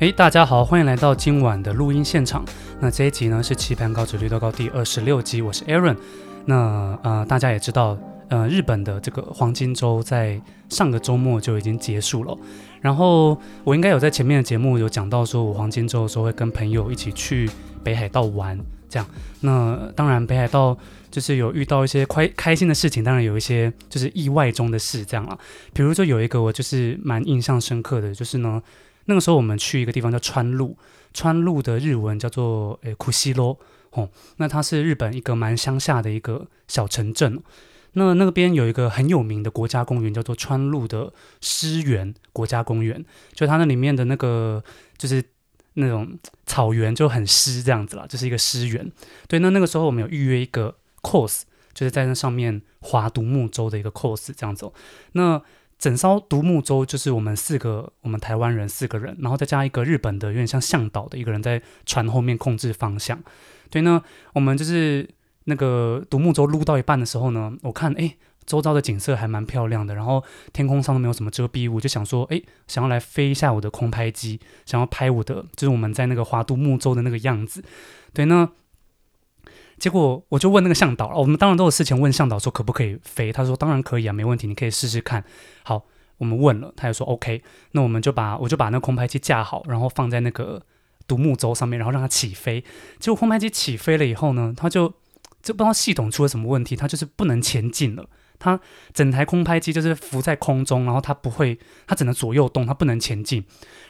诶，哎大家好，欢迎来到今晚的录音现场。那这一集呢是棋盘高值率豆高第二十六集，我是 Aaron。那呃，大家也知道，呃，日本的这个黄金周在上个周末就已经结束了。然后我应该有在前面的节目有讲到，说我黄金周的时候会跟朋友一起去北海道玩，这样。那当然，北海道就是有遇到一些快开心的事情，当然有一些就是意外中的事，这样啦。比如说有一个我就是蛮印象深刻的，就是呢。那个时候我们去一个地方叫川路，川路的日文叫做诶库西罗，哦，那它是日本一个蛮乡下的一个小城镇哦。那那边有一个很有名的国家公园，叫做川路的诗园国家公园，就它那里面的那个就是那种草原就很湿这样子啦，就是一个诗园。对，那那个时候我们有预约一个 course，就是在那上面划独木舟的一个 course 这样子、哦。那整艘独木舟就是我们四个，我们台湾人四个人，然后再加一个日本的有点像向导的一个人在船后面控制方向。对呢，我们就是那个独木舟撸到一半的时候呢，我看诶，周遭的景色还蛮漂亮的，然后天空上都没有什么遮蔽物，我就想说诶，想要来飞一下我的空拍机，想要拍我的就是我们在那个划独木舟的那个样子。对呢。结果我就问那个向导了，我们当然都有事前问向导说可不可以飞，他说当然可以啊，没问题，你可以试试看。好，我们问了，他也说 OK，那我们就把我就把那空拍机架好，然后放在那个独木舟上面，然后让它起飞。结果空拍机起飞了以后呢，它就就不知道系统出了什么问题，它就是不能前进了。它整台空拍机就是浮在空中，然后它不会，它只能左右动，它不能前进。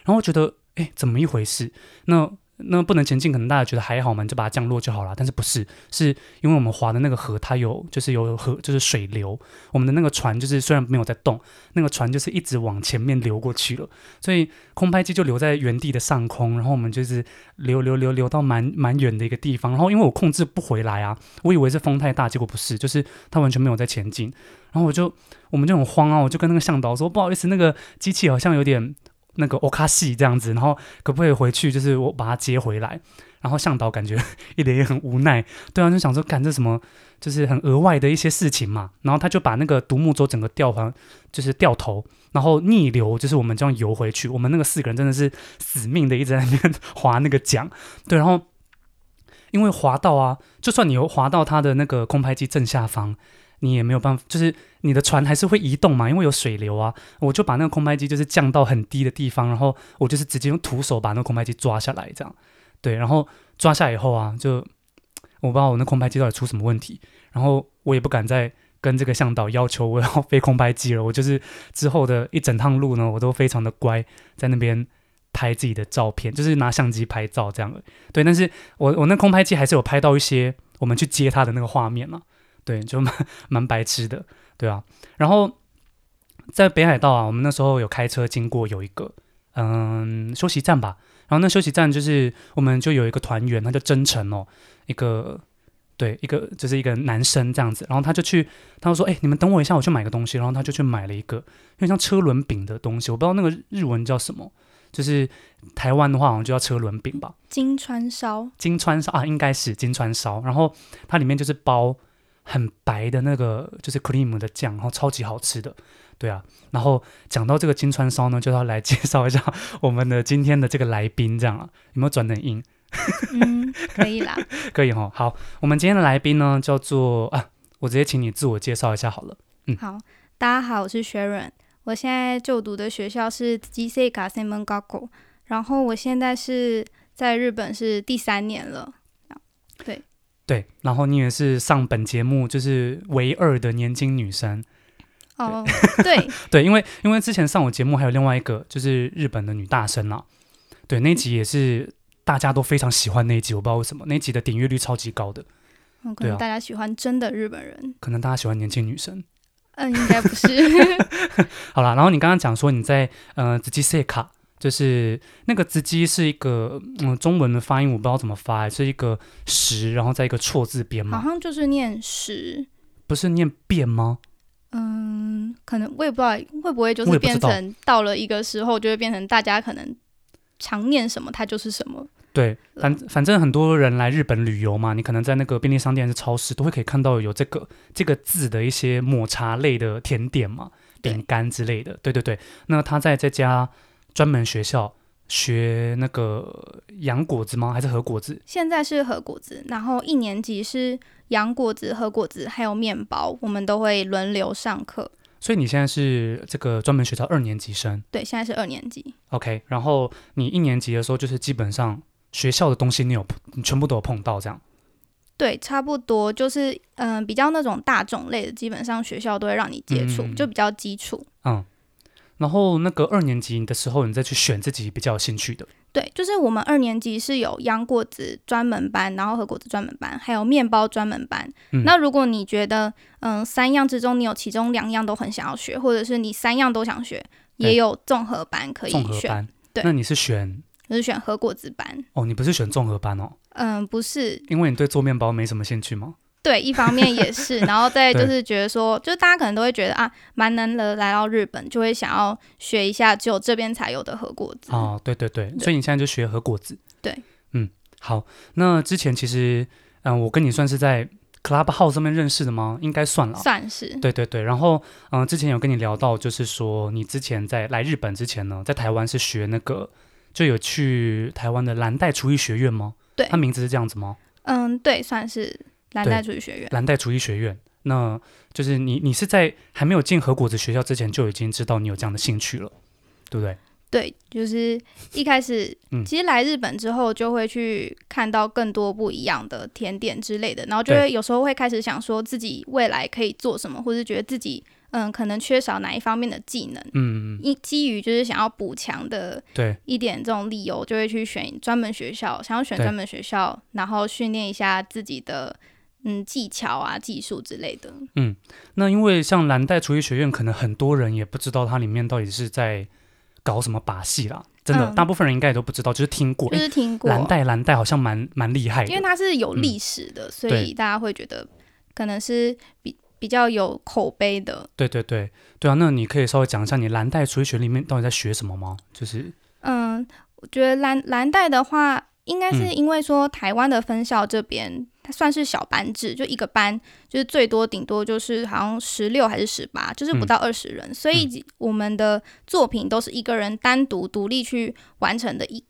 然后我觉得，哎，怎么一回事？那那不能前进，可能大家觉得还好嘛，你就把它降落就好了。但是不是？是因为我们划的那个河，它有就是有河，就是水流。我们的那个船就是虽然没有在动，那个船就是一直往前面流过去了，所以空拍机就留在原地的上空。然后我们就是流流流流到蛮蛮远的一个地方。然后因为我控制不回来啊，我以为是风太大，结果不是，就是它完全没有在前进。然后我就我们就很慌啊，我就跟那个向导说，不好意思，那个机器好像有点。那个 o 卡西这样子，然后可不可以回去？就是我把它接回来，然后向导感觉一脸也很无奈，对啊，就想说干这什么，就是很额外的一些事情嘛。然后他就把那个独木舟整个吊环，就是掉头，然后逆流，就是我们这样游回去。我们那个四个人真的是死命的一直在那边 划那个桨，对，然后因为滑到啊，就算你有滑到它的那个空拍机正下方。你也没有办法，就是你的船还是会移动嘛，因为有水流啊。我就把那个空拍机就是降到很低的地方，然后我就是直接用徒手把那个空拍机抓下来，这样。对，然后抓下以后啊，就我不知道我那空拍机到底出什么问题，然后我也不敢再跟这个向导要求我要飞空拍机了。我就是之后的一整趟路呢，我都非常的乖，在那边拍自己的照片，就是拿相机拍照这样的。对，但是我我那空拍机还是有拍到一些我们去接它的那个画面嘛。对，就蛮蛮白痴的，对啊。然后在北海道啊，我们那时候有开车经过有一个嗯休息站吧，然后那休息站就是我们就有一个团员，他叫真诚哦，一个对一个就是一个男生这样子，然后他就去，他就说哎、你们等我一下，我去买个东西，然后他就去买了一个有点像车轮饼的东西，我不知道那个日文叫什么，就是台湾的话好像就叫车轮饼吧，金川烧，金川烧啊，应该是金川烧，然后它里面就是包很白的那个就是 cream 的酱，然后超级好吃的，对啊。然后讲到这个金川烧呢，就要来介绍一下我们的今天的这个来宾，这样啊，有没有转得很硬？嗯， 可以啦。可以哈。好，我们今天的来宾呢叫做啊，我直接请你自我介绍一下好了。好，大家好，我是 Sharon，我现在就读的学校是 GC g a s e m e n g a k o 然后我现在是在日本是第三年了。对，然后你也是上本节目就是唯二的年轻女生，哦， 对，对，因为因为之前上我节目还有另外一个就是日本的女大生啦，对，那集也是大家都非常喜欢那一集，我不知道为什么那集的点阅率超级高的，嗯可对啊能大家喜欢真的日本人，可能大家喜欢年轻女生。嗯，应 该不是。好啦，然后你刚刚讲说你在呃直击塞卡，就是那个直击是一个嗯中文的发音我不知道怎么发，是一个石，然后在一个错字边好嘛，像就是念十，不是念变吗？嗯，可能我也不知道会不会就我也不是知变道成到了一个时候，就会变成大家可能常念什么，它就是什么。对，反反正很多人来日本旅游嘛，你可能在那个便利商店、是超市都会可以看到有这个这个字的一些抹茶类的甜点嘛，对饼干之类的。对对对，那他在这家专门学校学那个洋果子吗？还是和果子？现在是和果子，然后一年级是洋果子、和果子，还有面包，我们都会轮流上课。所以你现在是这个专门学校二年级生对，现在是二年级， ，OK？然后你一年级的时候，就是基本上学校的东西你有你全部都有碰到这样。对，差不多就是嗯、比较那种大种类的，基本上学校都会让你接触，嗯就比较基础。然后那个二年级的时候，你再去选自己比较有兴趣的。对，就是我们二年级是有洋果子专门班，然后和果子专门班，还有面包专门班。嗯那如果你觉得，嗯，三样之中你有其中两样都很想要学，或者是你三样都想学，对也有综合班可以综合选，班，对那你是选就是选和果子班。哦，你不是选综合班哦，嗯，不是，因为你对做面包没什么兴趣吗？对，一方面也是，然后再就对是觉得说，就是大家可能都会觉得啊，蛮难得来到日本，就会想要学一下只有这边才有的和果子。哦，对对对，嗯对所以你现在就学和果子。对，嗯，好。那之前其实，嗯，我跟你算是在 Clubhouse 上面认识的吗？应该算了。算是对对对，然后嗯、呃之前有跟你聊到，就是说你之前在来日本之前呢，在台湾是学那个，就有去台湾的蓝带厨艺学院吗？对它名字是这样子吗？嗯，对，算是蓝对带主义学院。蓝带厨艺学院。那就是你，你是在还没有进和果子学校之前就已经知道你有这样的兴趣了，对不对？对，就是一开始， 嗯其实来日本之后就会去看到更多不一样的甜点之类的，然后就对会有时候会开始想说自己未来可以做什么，或是觉得自己嗯可能缺少哪一方面的技能，嗯，嗯嗯一基于就是想要补强的对，一点这种理由，就会去选专门学校，想要选对专门学校，然后训练一下自己的嗯技巧啊、技术之类的。那因为像蓝带厨艺学院，可能很多人也不知道它里面到底是在搞什么把戏啦。真的，嗯大部分人应该也都不知道，就是听过。就诶是听过蓝带嗯蓝带好像蛮蛮厉害的，因为它是有历史的，所以大家会觉得可能是比比较有口碑的。对对对对啊。那你可以稍微讲一下你蓝带厨艺学里面到底在学什么吗？就是嗯，我觉得蓝蓝带的话，应该是嗯因为说台湾的分校这边。它算是小班制，就一个班，就是最多顶多就是好像十六还是十八，就是嗯不到二十人，所以我们的作品都是一个人单独独立去完成的一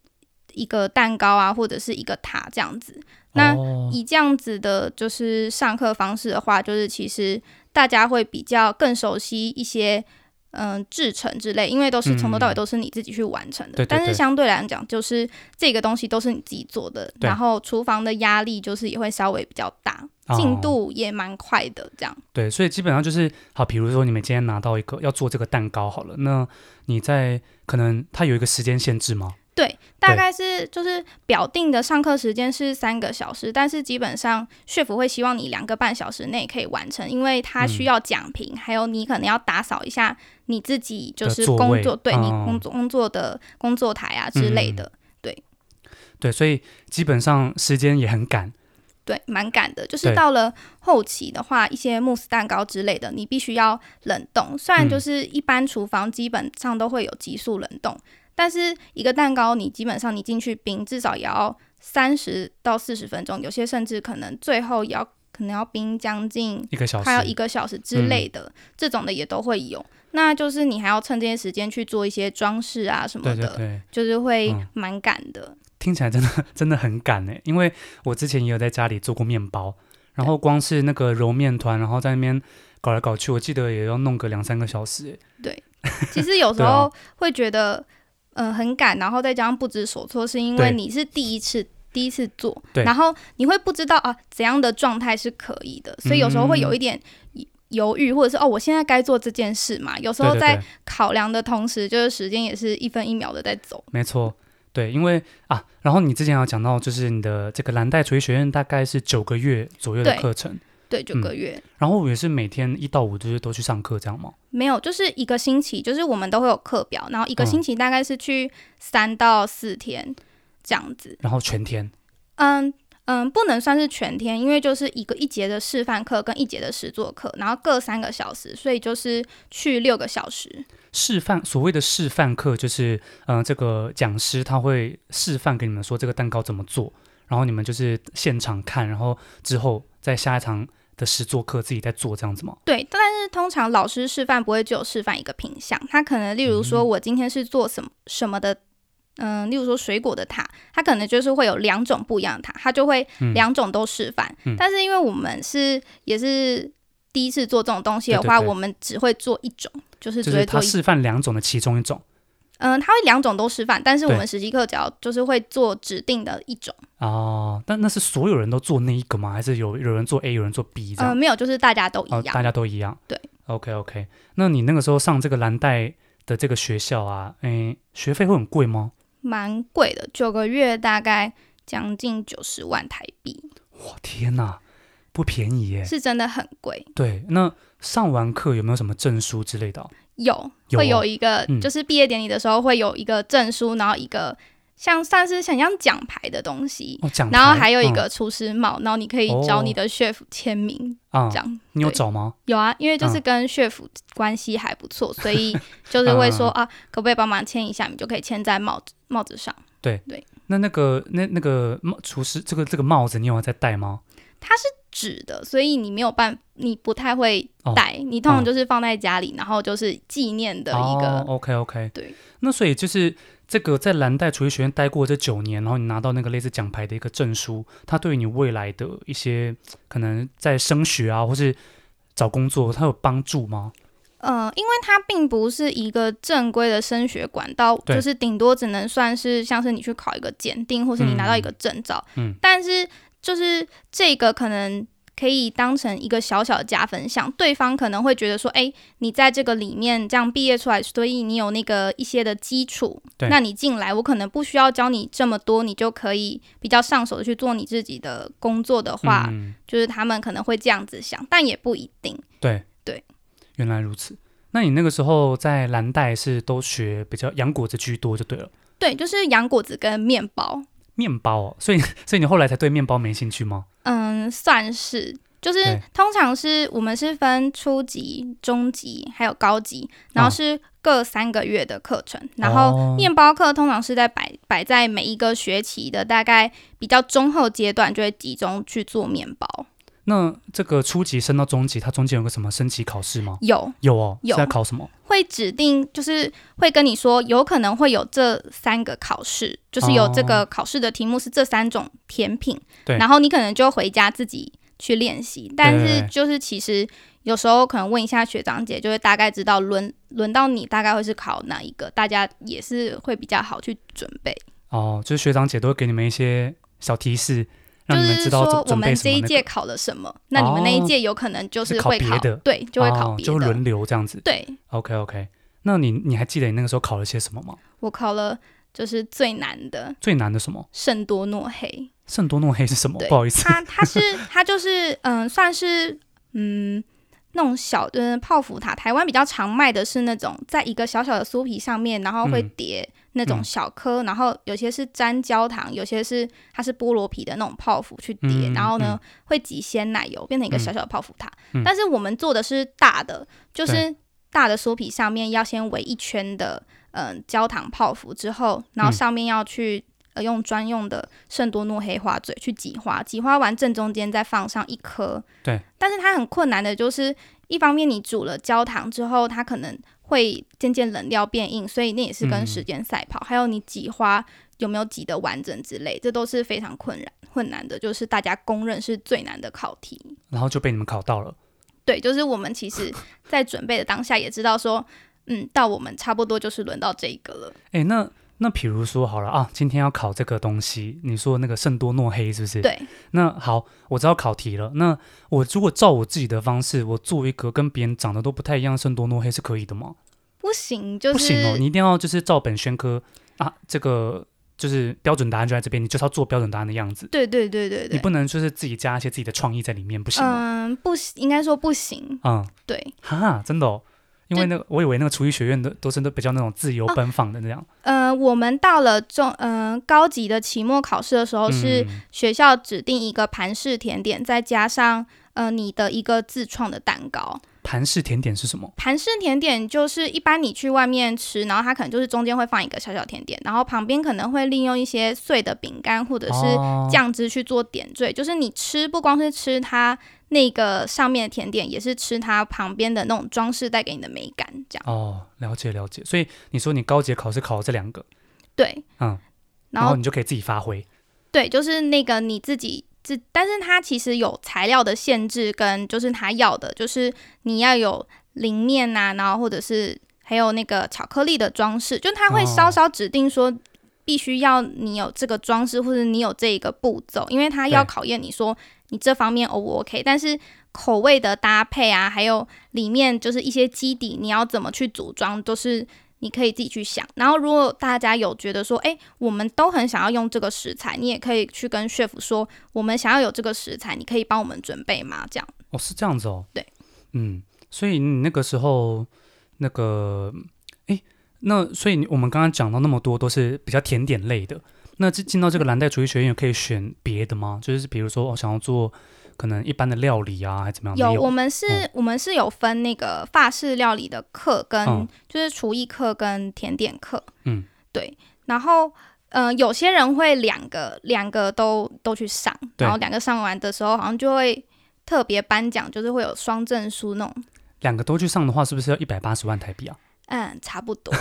一个蛋糕啊，或者是一个塔这样子。那哦以这样子的，就是上课方式的话，就是其实大家会比较更熟悉一些，嗯、制成之类，因为都是从头到嗯尾都是你自己去完成的。对对但对是相对来讲，就是这个东西都是你自己做的，对然后厨房的压力就是也会稍微比较大，哦进度也蛮快的，这样。对，所以基本上就是好，比如说你们今天拿到一个要做这个蛋糕好了，那你在可能它有一个时间限制吗？对，大概是就是表定的上课时间是三个小时，但是基本上学府会希望你两个半小时内可以完成，因为他嗯需要讲评，还有你可能要打扫一下你自己就的是座位工作，对你嗯工作工作的工作台啊之类的，对，所以基本上时间也很赶。对，蛮赶的。就是对到了后期的话，一些慕斯蛋糕之类的，你必须要冷冻。虽然嗯就是一般厨房基本上都会有急速冷冻，但是一个蛋糕你基本上你进去冰至少也要三十到四十分钟，有些甚至可能最后也要可能要冰将近一个小时，嗯快要一个小时之类的，这种的也都会有。那就是你还要趁这些时间去做一些装饰啊什么对的，对对，就是会嗯蛮赶的。听起来真的真的很赶哎，因为我之前也有在家里做过面包，然后光是那个揉面团，然后在那边搞来搞去，我记得也要弄个两三个小时欸。其实有时对啊候会觉得，嗯、很赶，然后再加上不知所措，是因对为你是第一次第一次做，对然后你会不知道啊怎样的状态是可以的，所以有时候会嗯有一点犹豫，或者是哦，我现在该做这件事嘛。有时候对对在对考量的同时，就是时间也是一分一秒的在走。没错，对，因为啊，然后你之前有讲到，就是你的这个蓝带厨艺学院大概是九个月左右的对课程，对，嗯九个月、然后我也是每天一到五就是都去上课这样吗？没有，就是一个星期，就是我们都会有课表，然后一个嗯星期大概是去三到四天这样子。然后全天，嗯嗯，不能算是全天，因为就是一个一节的示范课跟一节的实作课，然后各三个小时，所以就是去六个小时。示范所谓的示范课，就是嗯、呃这个讲师他会示范给你们说这个蛋糕怎么做，然后你们就是现场看，然后之后在下一堂的实作课自己再做这样子吗？对，但是通常老嗯师示范不会只有示范一个品项，他可能例如说我今天是做什么什么的嗯、例如说水果的塔，它可能就是会有两种不一样的塔，它就会两种都示范。嗯但是因为我们是也是第一次做这种东西的对对话，对我们只会做一种，就是就只是会他做一。示范两种的其中一种嗯，它会两种都示范，但是我对们实习课只要就是会做指定的一种，哦。但那是所有人都做那一个吗？还是有有人做 A，有人做 B 这呃，样？没有，就是大家都一哦，样。大家都一样。对，OK OK。那你那个时候上这个蓝带的这个学校啊，诶，学费会很贵吗？蛮贵的，九个月大概将近九十万台币，哇，天哪，不便宜耶。是真的很贵。对，那上完课有没有什么证书之类的哦、有有会哦有一个，嗯就是毕业典礼的时候会有一个证书，然后一个像算是很像奖牌的东西，哦，奖牌，然后还有一嗯个厨师帽，然后你可以哦找你的 chef 签名，啊这，样你有对找吗？有啊，因为嗯就是跟 chef 关系还 不错，所以就是会说嗯啊，可不可以帮忙签一下？你就可以签在帽子帽子上。那那个那那个帽厨师这个这个帽子，你有在戴吗？纸的，所以你没有办，你不太会哦戴，你通嗯常就是放在家里，然后就是纪念的一个。哦、OK OK，对。那所以就是这个在蓝带厨艺学院待过这九年，然后你拿到那个类似奖牌的一个证书，它对于你未来的一些可能在升学啊，或是找工作，它有帮助吗？呃，因为它并不是一个正规的升学管道，对就是顶多只能算是像是你去考一个检定，或是你拿到一个证照。嗯嗯但是就是这个可能可以当成一个小小的加分项，对方可能会觉得说，哎、你在这个里面这样毕业出来，所以你有那个一些的基础对，那你进来，我可能不需要教你这么多，你就可以比较上手的去做你自己的工作的话，嗯，就是他们可能会这样子想，但也不一定。对对，原来如此。那你那个时候在蓝带是都学比较洋果子居多就对了，对，就是洋果子跟面包，面包、哦， 所以所以你后来才对面包没兴趣吗？嗯，算是，就是对通常是我们是分初级、中级还有高级，然哦后是各三个月的课程，然后哦面包课通常是在摆摆在每一个学期的大概比较中后阶段，就会集中去做面包。那这个初级升到中级，它中间有个什么升级考试吗？有有哦，有是在考什么？会指定，就是会跟你说，有可能会有这三个考试，就是有这个考试的题目是这三种甜品，哦对然后你可能就回家自己去练习，但是就是其实有时候可能问一下学长姐，就会大概知道轮轮到你大概会是考哪一个，大家也是会比较好去准备，哦，就是学长姐都会给你们一些小提示，让就你们是知道说准我准备们什这么、一那届个，哦考了什么，那你们那一届有可能就是是考会别考，的对，就会考哦别就会的，轮流这样子。对 OK OK，那你你还记得你那个时候考了些什么吗？我考了就是最难的最难的什么？圣多诺黑。圣多诺黑是什么？对不好意思， 它它是它就是嗯、算是嗯那种小的泡芙塔。台湾比较常卖的是那种在一个小小的酥皮上面，然后会嗯叠那种嗯小颗，然后有些是沾焦糖，有些是它是菠萝皮的那种泡芙去叠，嗯然后呢、会挤鲜奶油变成一个嗯小小的泡芙塔。嗯但是我们做的是大的，就对是大的酥皮上面要先围一圈的。嗯，焦糖泡芙之后，然后嗯上面要去呃用专用的圣多诺黑花嘴去挤花，挤花完正中间再放上一颗。对，但是它很困难的就是，一方面你煮了焦糖之后，它可能会渐渐冷掉变硬，所以那也是跟嗯时间赛跑。还有你挤花有没有挤得完整之类，这都是非常困难困难的，就是大家公认是最难的考题。然后就被你们考到了。对，就是我们其 实在准备的当下也知道说，嗯，到我们差不多就是轮到这一个了。哎，那那比如说好了啊，今天要考这个东西，你说那个圣多诺黑是不是？。对，那好，我知道考题了。那我如果照我自己的方式，我做一个跟别人长得都不太一样的圣多诺黑是可以的吗？不行，就是不行哦，你一定要就是照本宣科啊，这个就是标准答案就在这边，你就是要做标准答案的样子，对对对对你对，不能就是自己加一些自己的创意在里面，不行哦吗？嗯，不行，应该说不行。嗯，对，哈哈，真的哦，因为就那个我以为那个厨艺学院的都是都比较那种自由哦奔放的那样，呃，我们到了中，呃，高级的期末考试的时候，是嗯学校指定一个盘式甜点，再加上呃你的一个自创的蛋糕。盘式甜点是什么？盘式甜点就是一般你去外面吃，然后它可能就是中间会放一个小小甜点，然后旁边可能会利用一些碎的饼干或者是哦酱汁去做点缀，就是你吃不光是吃它那个上面的甜点，也是吃它旁边的那种装饰带给你的美感，这样。哦，了解了解。所以你说你高级考试考了这两个，对，嗯，然然后后你就可以自己发挥。对，就是那个你自己自，但是它其实有材料的限制，跟就是它要的，就是你要有鳞面呐、然后或者是还有那个巧克力的装饰，就它会稍哦稍指定说。必须要你有这个装饰，或者你有这一个步骤，因为它要对考验你说你这方面 O 不 OK。但是口味的搭配啊，还有里面就是一些基底，你要怎么去组装，都是你可以自己去想。然后，如果大家有觉得说，哎、我们都很想要用这个食材，你也可以去跟 chef 说，我们想要有这个食材，你可以帮我们准备吗？这样，哦，是这样子哦。对，嗯，所以你那个时候那个，诶，那所以你我们刚刚讲到那么多都是比较甜点类的。那进进到这个蓝带厨艺学院，可以选别的吗？就是比如说，我、想要做可能一般的料理啊，还是怎么样？有没我们是、嗯我们是有分那个法式料理的课跟、嗯就是厨艺课跟甜点课，嗯，对，然后。呃，有些人会两个两个都都去上，对然后两个上完的时候，好像就会特别颁奖，就是会有双证书那种，两个都去上的话，是不是要一百八十万台币啊嗯，差不多。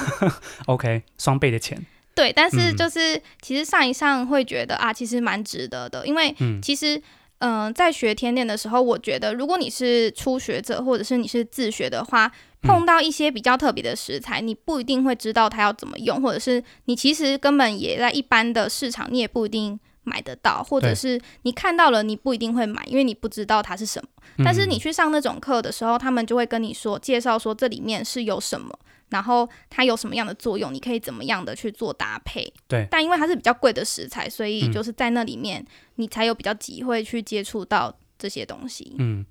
？OK，双倍的钱。对，但是嗯就是、其实上一上会觉得啊，其实蛮值得的，因为嗯其实嗯、呃在学甜点的时候，我觉得如果你是初学者或者是你是自学的话，嗯碰到一些比较特别的食材，你不一定会知道它要怎么用，或者是你其实根本也在一般的市场，你也不一定。买得到，或者对是你看到了，你不一定会买，因为你不知道它是什么。但是你嗯去上那种课的时候，他们就会跟你说介绍说这里面是有什么，然后它有什么样的作用，你可以怎么样的去做搭配。对但因为它是比较贵的食材，所以嗯就是在那里面、你才有比较机会去接触到这些东西。嗯，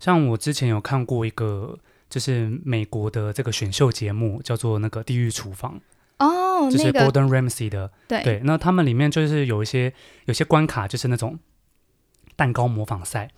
像我之前有看过一个，就是美国的这个选秀节目，叫做那个《地狱厨房》，哦，就是那个 Gordon Ramsay 的对对，那他们里面就是有一些有些关卡，就是那种蛋糕模仿赛，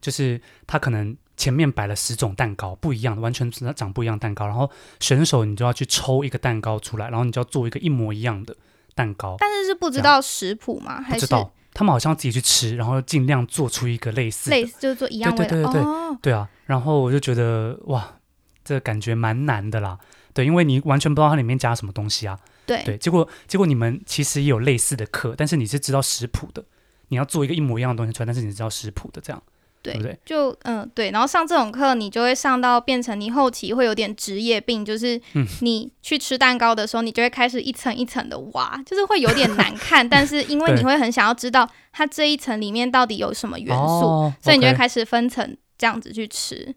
就是他可能前面摆了十种蛋糕，不一样的，完全长不一样的蛋糕，然后选手你就要去抽一个蛋糕出来，然后你就要做一个一模一样的蛋糕。但是是不知道食谱吗？不还知是道他们好像自己去吃，然后尽量做出一个类似的类似就是做一样味对对对道？对哦，对啊，然后我就觉得哇，这感觉蛮难的啦。对，因为你完全不知道它里面加什么东西啊。对对，结果结果你们其实也有类似的课，但是你是知道食谱的，你要做一个一模一样的东西出来，但是你知道食谱的这样，对对不对？就嗯对，然后上这种课，你就会上到变成你后期会有点职业病，就是嗯你去吃蛋糕的时候，你就会开始一层一层的挖，就是会有点难看，但是因为 对你会很想要知道它这一层里面到底有什么元素，哦所以你就会 OK 开始分层这样子去吃。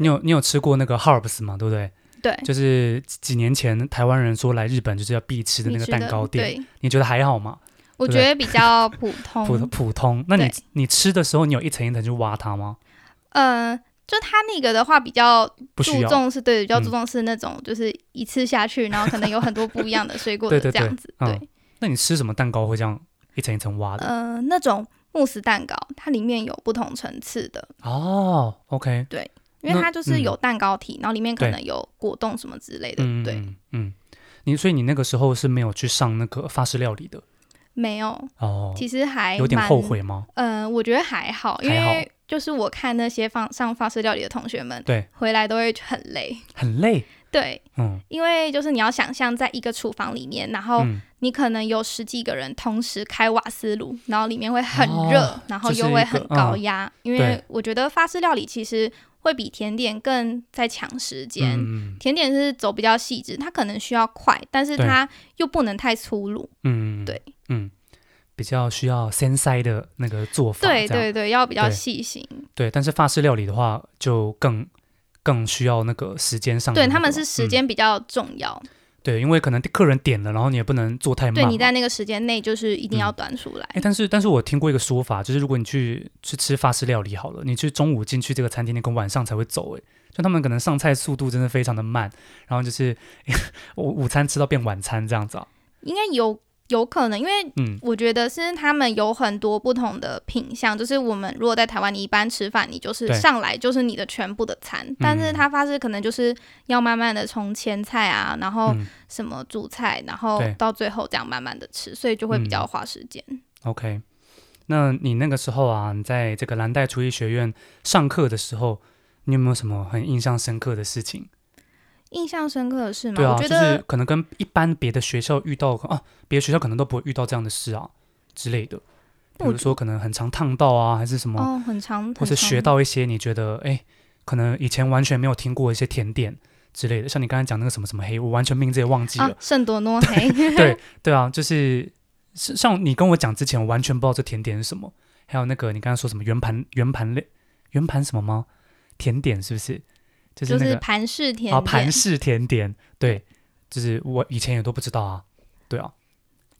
你有你有吃过那个 Harbs 吗？对不对？对，哦就是几几年前台湾人说来日本就是要必吃的你那个吃蛋的糕店，对，你觉得还好吗？我对觉得比较普 普通。普通？那你嗯对你吃的时候，你有一层一层去挖它吗？嗯，就它那个的话比较不需注要。重是对，比较嗯注重是那种就是一次下去，然后可能有很多不一样的水果对的对这对样子。嗯对，那你吃什么蛋糕会这样一层一层挖的？呃，那种慕斯蛋糕，它里面有不同层次的，哦，OK，因为那它就是嗯有蛋糕体，然后里面可对能有果冻什么之类的。嗯，对，嗯，嗯，你所以你那个时候是没有去上那个法式料理的没有，哦，其实还有点蛮后。悔吗？呃，我觉得还好，因还好为就是我看那些放上法式料理的同学们，对，回来都会很累。很累，对，嗯，因为就是你要想象在一个厨房里面，然后嗯，你可能有十几个人同时开瓦斯炉，然后里面会很热，哦然后就是又会一个很高压。因为对我觉得法式料理其实会比甜点更在抢时间。嗯甜点是走比较细致，它可能需要快，但是对它又不能太粗鲁。嗯，嗯对，嗯，比较需要繊塞的那个做法，对这样对对，要比较对细心。对，但是法式料理的话就更更需要那个时间上的对，那个嘛，他们是时嗯，间比较重要。对，因为可能客人点了，然后你也不能做太慢对，嘛，你在那个时间内就是一定嗯要端出来。哎，但是但是我听过一个说法，就是如果你去去吃法式料理好了，你去中午进去这个餐厅，你跟晚上才会走，哎，就他们可能上菜速度真的非常的慢，然后就是午午餐吃到变晚餐这样子啊，应该有有可能，因为嗯，我觉得是他们有很多不同的品相，就是我们如果在台湾，你一般吃饭，你就是对嗯上来就是你的全部的餐，但是他发誓可能就是要慢慢的从前菜啊，然后嗯什么主菜，然后对嗯到最后这样慢慢的吃，所以就会比较花时间。 ，OK，那你那个时候啊，你在这个蓝带厨艺学院上课的时候，你有没有什么很印象深刻的事情？印象深刻的事吗？对啊，嗯我觉就是得可能跟一般别的学校遇到啊，别的学校可能都不会遇到这样的事啊之类的。比我如觉说，可能很常烫到啊，还是什么，哦，很长，或很是学长啊到一些你觉得哎，可能以前完全没有听过一些甜点之类的，像你刚才讲那个什么什么黑，我完全名字也忘记了啊。，圣多诺 黑，对对啊，就是是像你跟我讲之前，我完全不知道这甜点是什么。还有那个你刚才说什么圆盘圆盘类圆盘什么吗？甜点是不是？就是就那是个盘式甜啊，点，盘式甜 点，对，就是我以前也都不知道啊，对啊，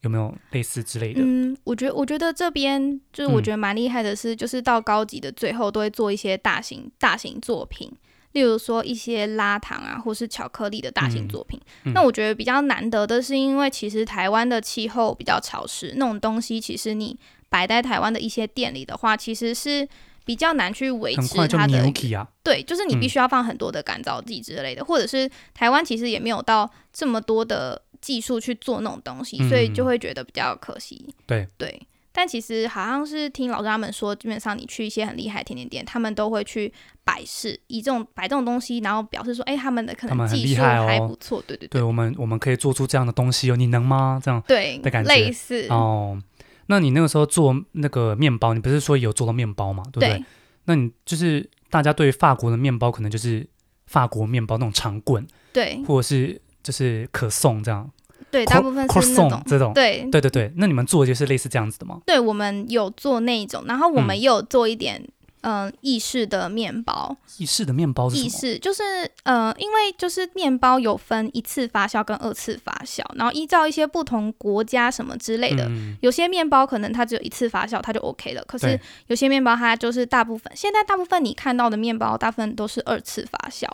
有没有类似之类的？嗯，我觉得我觉得这边就是嗯我觉得蛮厉害的是，就是到高级的最后都会做一些大型大型作品，例如说一些拉糖啊，或是巧克力的大型嗯作品。嗯那我觉得比较难得的是，因为其实台湾的气候比较潮湿，那种东西其实你摆在台湾的一些店里的话，其实是。比较难去维很持快就它的 n k i 啊，对，就是你嗯必须要放很多的干燥剂之类的，或者是台湾其实也没有到这么多的技术去做那种东西，所以嗯就会觉得比较可惜。对对，但其实好像是听老师他们说，基本上你去一些很厉害的甜点店，他们都会去摆饰，以这种摆这种东西，然后表示说，哎、他们的可他能们很技厉术害哦还不错。对对对我们我们可以做出这样的东西哦，你能吗？这样对的感觉类似哦，那你那个时候做那个面包，你不是说有做到面包嘛，对不对？对那你就是大家对法国的面包可能就是法国面包那种长棍，对或者是就是可颂这样嗯对，大部分是那种 croissant 这种，对对对对，那你们做的就是类似这样子的吗？对，我们有做那一种，然后我们嗯也有做一点嗯、呃意式的面包，意式的面包是意什么？式就是呃，因为就是面包有分一次发酵跟二次发酵，然后依照一些不同国家什么之类的，嗯有些面包可能它只有一次发酵，它就 OK 了。可是对有些面包它就是大部分，现在大部分你看到的面包，大部分都是二次发酵，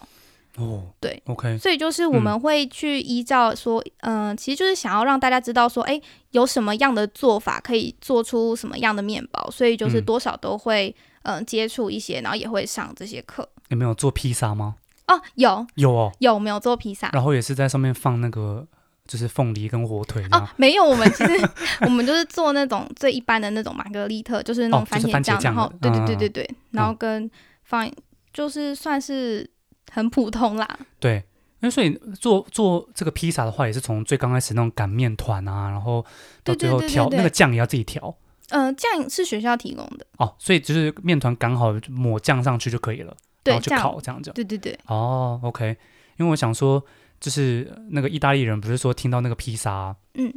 哦，对，OK，所以就是我嗯们会去依照说，嗯、其实就是想要让大家知道说，哎，有什么样的做法可以做出什么样的面包，所以就是嗯多少都会嗯、呃接触一些，然后也会上这些课。你们有做披萨吗？哦，有有哦，有没有做披萨？然后也是在上面放那个就是凤梨跟火腿哦吗？，没有，我们其 实我们就是做那种最一般的那种玛格丽特，就是那哦种就是茄番茄酱，酱然后的对嗯对嗯对对对，然后跟放就是算是很普通啦，对，那所以做做这个披萨的话，也是从最刚开始那种擀面团啊，然后到对对最后对对调对那个酱也要自己调呃，酱是学校提供的，哦，所以就是面团擀好就抹酱上哦去就可以了，然对后去酱烤这样子。对对对，哦，OK，因为我想说，就是呃那个意大利人不是说听到那个披萨啊、嗯，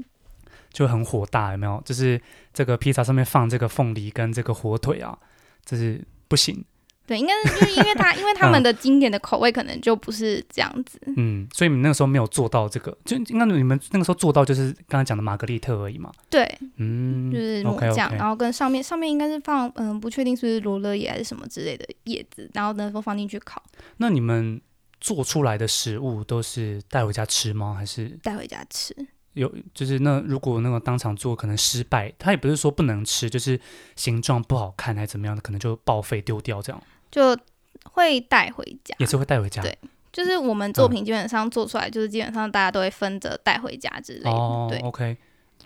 就很火大，有没有？就是这个披萨上面放这个凤梨跟这个火腿啊，就是不行。对，应该是就是因 为他因为他嗯们的经典的口味可能就不是这样子，嗯，所以你们那个时候没有做到这个，就应该你们那个时候做到就是刚才讲的玛格丽特而已嘛。对，嗯，就是抹 OK 酱， OK，然后跟上面上面应该是放嗯，不确定是不是罗勒叶还是什么之类的叶子，然后呢都放进去烤，那你们做出来的食物都是带回家吃吗？还是带回家吃。有就是那如果那个当场做可能失败，它也不是说不能吃，就是形状不好看还是怎么样的，可能就报废丢掉这样，就会带回家。也是会带回家。对就是我们嗯作品基本上做出来，就是基本上大家都会分着带回家之类的。哦对，OK，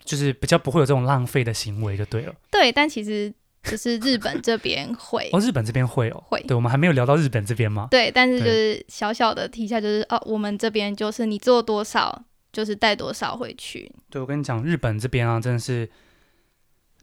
就是比较不会有这种浪费的行为就对了。对，但其实就是日本这 边会、哦，日本这边会哦，会对我们还没有聊到日本这边吗？对，但是就是小小的提一下，就是哦，我们这边就是你做多少，就是带多少回去。对，我跟你讲，日本这边啊，真的是，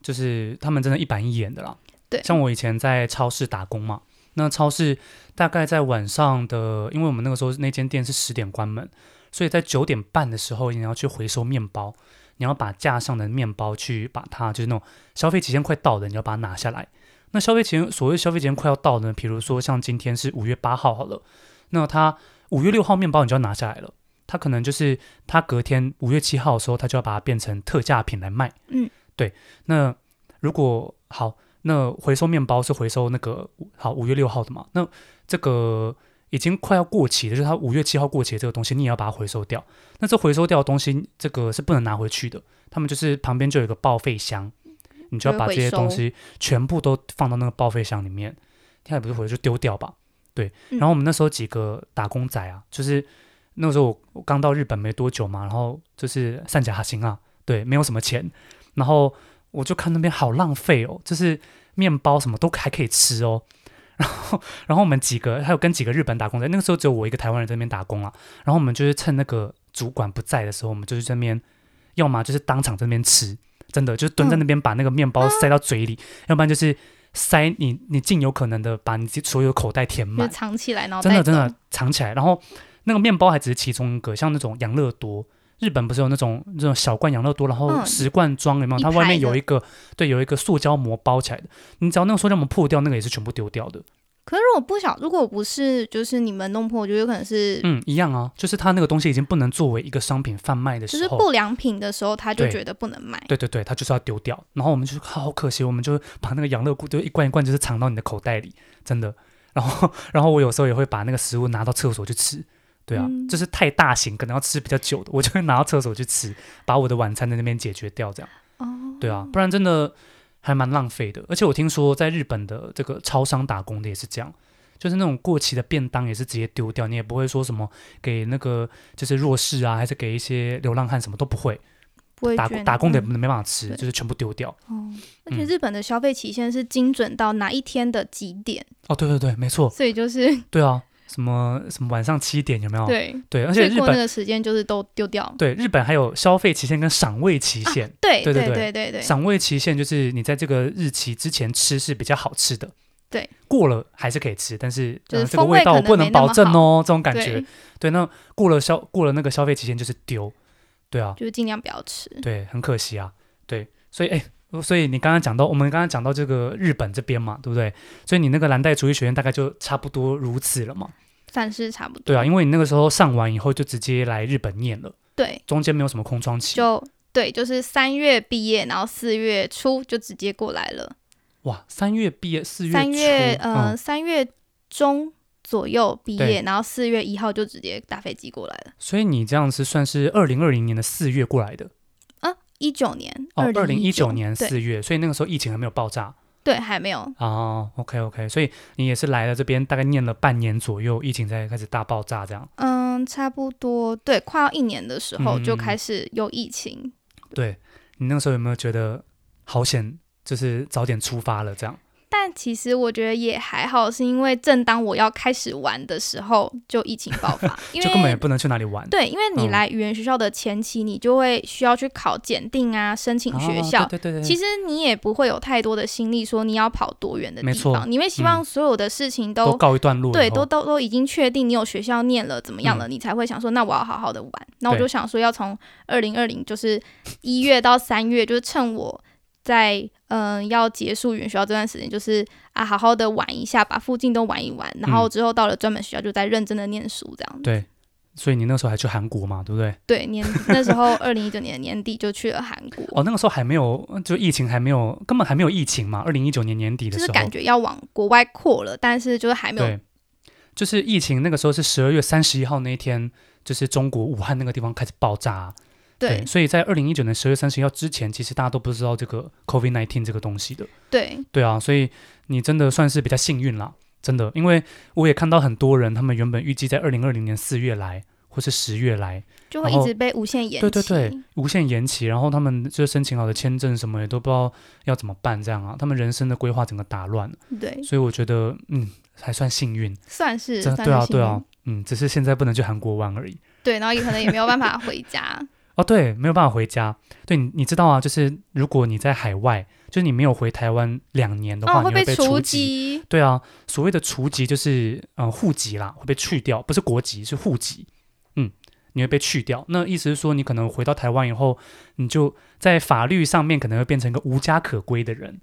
就是他们真的一板一眼的啦。对像我以前在超市打工嘛，那超市大概在晚上的，因为我们那个时候那间店是十点关门，所以在九点半的时候你要去回收面包，你要把架上的面包去把它就是那种消费期限快到的，你要把它拿下来。那消费期限所谓消费期限快要到呢，比如说像今天是五月八号好了，那它五月六号面包你就要拿下来了，它可能就是他隔天五月七号的时候，他就要把它变成特价品来卖。嗯，对。那如果好，那回收面包是回收那个好五月六号的嘛？那这个已经快要过期的，就是它五月七号过期的这个东西，你也要把它回收掉。那这回收掉的东西，这个是不能拿回去的。他们就是旁边就有一个报废箱，你就要把这些东西全部都放到那个报废箱里面。现在不是回去就丢掉吧？对。嗯然后我们那时候几个打工仔啊，就是。那个时候我我刚到日本没多久嘛，然后就是散甲哈星啊，对，没有什么钱，然后我就看那边好浪费哦，就是面包什么都还可以吃哦， 然后我们几个还有跟几个日本打工仔，那个时候只有我一个台湾人在那边打工了。啊然后我们就是趁那个主管不在的时候，我们就是这边，要么就是当场在那边吃，真的就是蹲在那边把那个面包塞到嘴里，要不然就是塞你你尽有可能的把你自己所有口袋填就满，藏起来，然后真的带真的走藏起来。然后那个面包还只是其中一个，像那种养乐多。日本不是有那种这种小罐养乐多，然后嗯十罐装有没有？一它外排面有的一个对，有一个塑胶膜包起来的。你只要那个塑胶膜破掉，那个也是全部丢掉的。可是如果不小，如果我不是就是你们弄破，我觉得有可能是嗯，一样啊，就是它那个东西已经不能作为一个商品贩卖的就时是候，不良品的时候，他就对觉得不能买。对对对，它就是要丢掉。然后我们就好可惜，我们就把那个养乐多就一罐一罐就是藏到你的口袋里，真的。然后，然后我有时候也会把那个食物拿到厕所去吃。对啊，嗯就是太大型，可能要吃比较久的，我就会拿到厕所去吃，把我的晚餐在那边解决掉，这样。哦，对啊，不然真的还蛮浪费的。而且我听说在日本的这个超商打工的也是这样，就是那种过期的便当也是直接丢掉，你也不会说什么给那个就是弱势啊，还是给一些流浪汉什么都不会。不会打觉得打工的也嗯没办法吃，对就是全部丢掉。哦，而且嗯日本的消费期限是精准到哪一天的几点，哦，对对对，没错，所以就是、对啊，什么什么晚上七点有没有？对，对，哦而所且以日过那本个时间就是都丢掉。对日本还有消费期限跟赏味期限。对对对对对啊对对，赏味期限就是你在这个日期之前吃是比较好吃的，对，过了还是可以吃，但是就是呃这个风味味道可我能不没能那么保证好哦，这种感觉对，，对，那过了消过了那个消费期限就是丢，对啊，就是尽量不要吃。对，很可惜啊，对，所以哎。所以你刚刚讲到，我们刚刚讲到这个日本这边嘛，对不对？所以你那个蓝带厨艺学院大概就差不多如此了嘛，算是差不多。对啊，因为你那个时候上完以后就直接来日本念了，对，中间没有什么空窗期。就对，就是三月毕业，然后四月初就直接过来了。哇，三月毕业，四月三月初呃嗯三月中左右毕业，对然后四月一号就直接搭飞机过来了。所以你这样是算是二零二零年的四月过来的啊，一九年，哦，二零零一九九年四月，所以那个时候疫情还没有爆炸对对还没有，哦。OK OK，所以你也是来了这边大概念了半年左右，疫情才开始大爆炸这样。嗯，差不多对，快要一年的时候嗯就开始有疫情。对你那个时候有没有觉得好险，就是早点出发了这样？但其实我觉得也还好，是因为正当我要开始玩的时候，就疫情爆 发，因为就根本也不能去哪里玩。对，因为你嗯来语言学校的前期，你就会需要去考检定啊，申请哦学校。对对对对，其实实你也不会有太多的心力说你要跑多远的地没错嗯方，你会希望所有的事情都都告一段落以后，嗯对，都都都已经确定你有学校念了怎么样了，你才会想说那我要好好的玩。那我对就想说要从二零二零就是一月到三月，就是趁我在嗯、呃要结束语言学校这段时间，就是啊好好的玩一下，把附近都玩一玩，然后之后到了专门学校就在认真的念书这样子。嗯对。所以你那时候还去韩国嘛，对不对？对，年那时候二零一九年的年底就去了韩国，哦，那个时候还没有，就疫情还没有，根本还没有疫情嘛。二零一九年年底的就时候，是感觉要往国外扩了，但是就是还没有对，就是疫情那个时候是十二月三十一号那一天，就是中国武汉那个地方开始爆炸啊、对所以在二零一九年十月三十一号之前，其实大家都不知道这个 COVID nineteen 这个东西的。对对啊，所以你真的算是比较幸运啦，真的，因为我也看到很多人，他们原本预计在二零二零年四月来。或是十月来，就会然一后直被无限延期。对对对，无限延期，然后他们就申请好的签证什么也都不知道要怎么办，这样啊，他们人生的规划整个打乱了，对所以我觉得，嗯，还算幸运，算是这算对啊是幸对运啊，嗯，只是现在不能去韩国玩而已。对，然后也可能也没有办法回家。哦，对，没有办法回家。对，你你知道啊，就是如果你在海外，就是你没有回台湾两年的话，哦，会你会被除籍。籍。对啊，所谓的除籍就是呃户籍啦，会被去掉，不是国籍，是户籍。嗯，你会被去掉。那意思是说，你可能回到台湾以后，你就在法律上面可能会变成一个无家可归的人。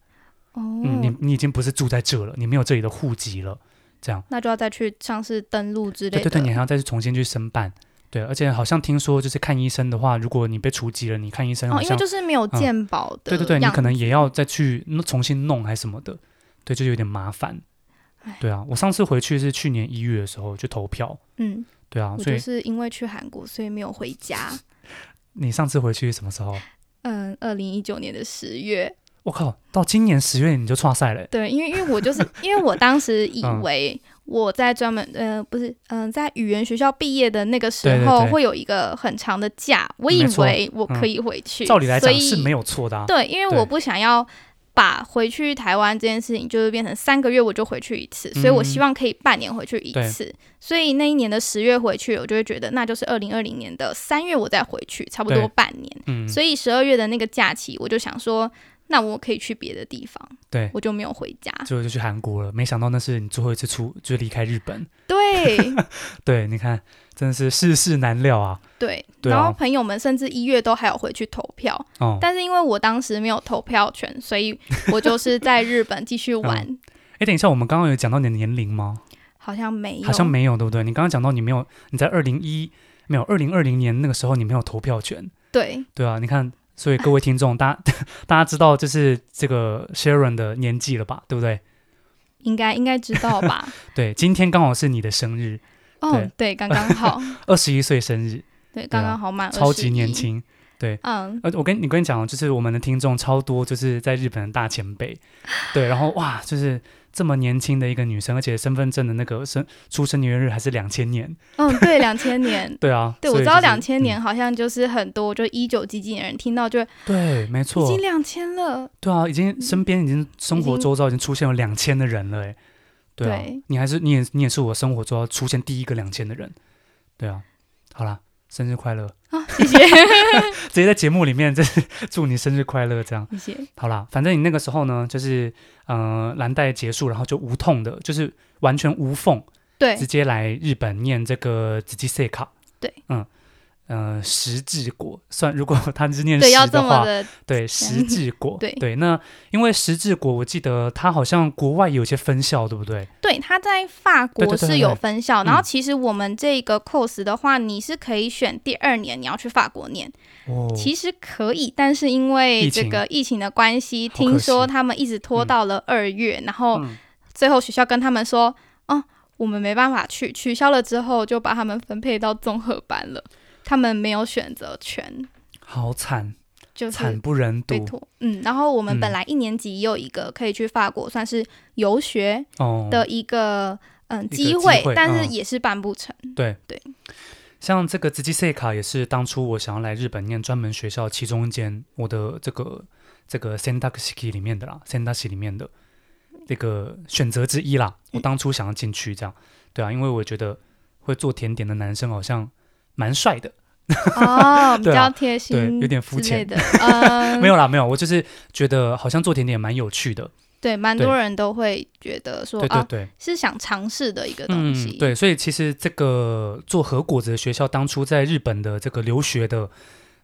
哦，嗯，你你已经不是住在这了，你没有这里的户籍了，这样。那就要再去像是登录之类对的。对对，你还要再去重新去申办。对，而且好像听说，就是看医生的话，如果你被除籍了，你看医生好哦，因为像、就是没有嗯鉴保的、对样对对，你可能子也要再去弄重新弄还是什么的，对，这就有点麻烦唉。对啊，我上次回去是去年一月的时候去投票，嗯，对啊，我所就以是因为去韩国，所以没有回家。你上次回去什么时候？嗯，二零一九年的十月，我靠，到今年十月你就跨赛了欸，对，因为因为我就是因为我当时以嗯为我在专门呃不是嗯、在语言学校毕业的那个时对对候对会有一个很长的假，我以没错为我嗯可以回去，照理来所讲以是没有错的啊。对，因为对我不想要把回去台湾这件事情，就是变成三个月我就回去一次，所以我嗯希望可以半年回去一次。所以那一年的十月回去，我就会觉得那就是二零二零年的三月我再回去，差不对多半年。嗯，所以十二月的那个假期，我就想说，那我可以去别的地方，对，我就没有回家。最后就去韩国了。没想到那是你最后一次出，就离开日本。对对，你看，真的是世事难料啊。对， 对啊然后朋友们甚至一月都还有回去投票，哦，但是因为我当时没有投票权，所以我就是在日本继续玩，哎，等一下，我们刚刚有讲到你的年龄吗？好像没有，好像没有，对不对？你刚刚讲到你没有，你在二零一没有二零二零年那个时候你没有投票权，对对啊，你看，所以各位听众，大家 大家知道就是这个 Sharon 的年纪了吧，对不对？应该应该知道 吧？对，今天刚好是你的生日，哦，对，刚刚好，二十一岁生日，对，刚刚好满，啊超级年。轻。嗯，呃，我跟你跟你讲哦，就是我们的听众超多，就是在日本的大前辈，对，然后哇，就是这么年轻的一个女生，而且身份证的那个生出生年月日还是两千年，，嗯，对，两千年 对啊，对所我以知道就是两千年、好像就是很多，就一九几几年人听到就已嗯对，没错，经两千了，对啊，已经身边已经生活嗯已经周遭已经出现有两千的人了，哎，对啊，对你还是你也你也是我生活周遭出现第一个两千的人，对啊，好啦，生日快乐， 啊谢谢直接在节目里面就是祝你生日快乐这样，谢 谢，好啦，反正你那个时候呢，就是呃蓝带结束，然后就无痛的，就是完全无缝，对直接来日本念这个紫吉塞卡，对，嗯。呃，石治国算，如果他是念对，要石这的话么，的，对，石治国， 对那因为石治国，我记得它好像国外有些分校，对不对？对，它在法对对国对是对有对分校，然后嗯其实我们这个 course 的话，你是可以选第二年你要去法国念，哦，其实可以，但是因为疫这情个疫情的关系，好可惜听说他们一直拖嗯到了二月，然后嗯最后学校跟他们说，哦、我们没办法去，取消了之后就把他们分配到综合班了，他们没有选择权，好惨，就惨是不忍睹被拖。嗯，然后我们嗯本来一年级也有一个可以去法国，算是游学哦。的一个。嗯，个机机会但是嗯也是办不 成。像这个紫吉塞卡也是当初我想要来日本念专门学校其中一间我的这个这个 s e n d a k s k i 里面的啦 s e n d a k i 里面的这个选择之一啦。我当初想要进去这样，对啊，因为我觉得会做甜点的男生好像蛮帅的，哦，比对啊较贴心，对，有点肤之浅。类的，嗯，没有啦，没有，我就是觉得好像做甜点蛮有趣的，对，蛮对多人都会觉得说对对啊，对。是想尝试的一个东西。嗯。对，所以其实这个做和果子的学校，当初在日本的这个留学的，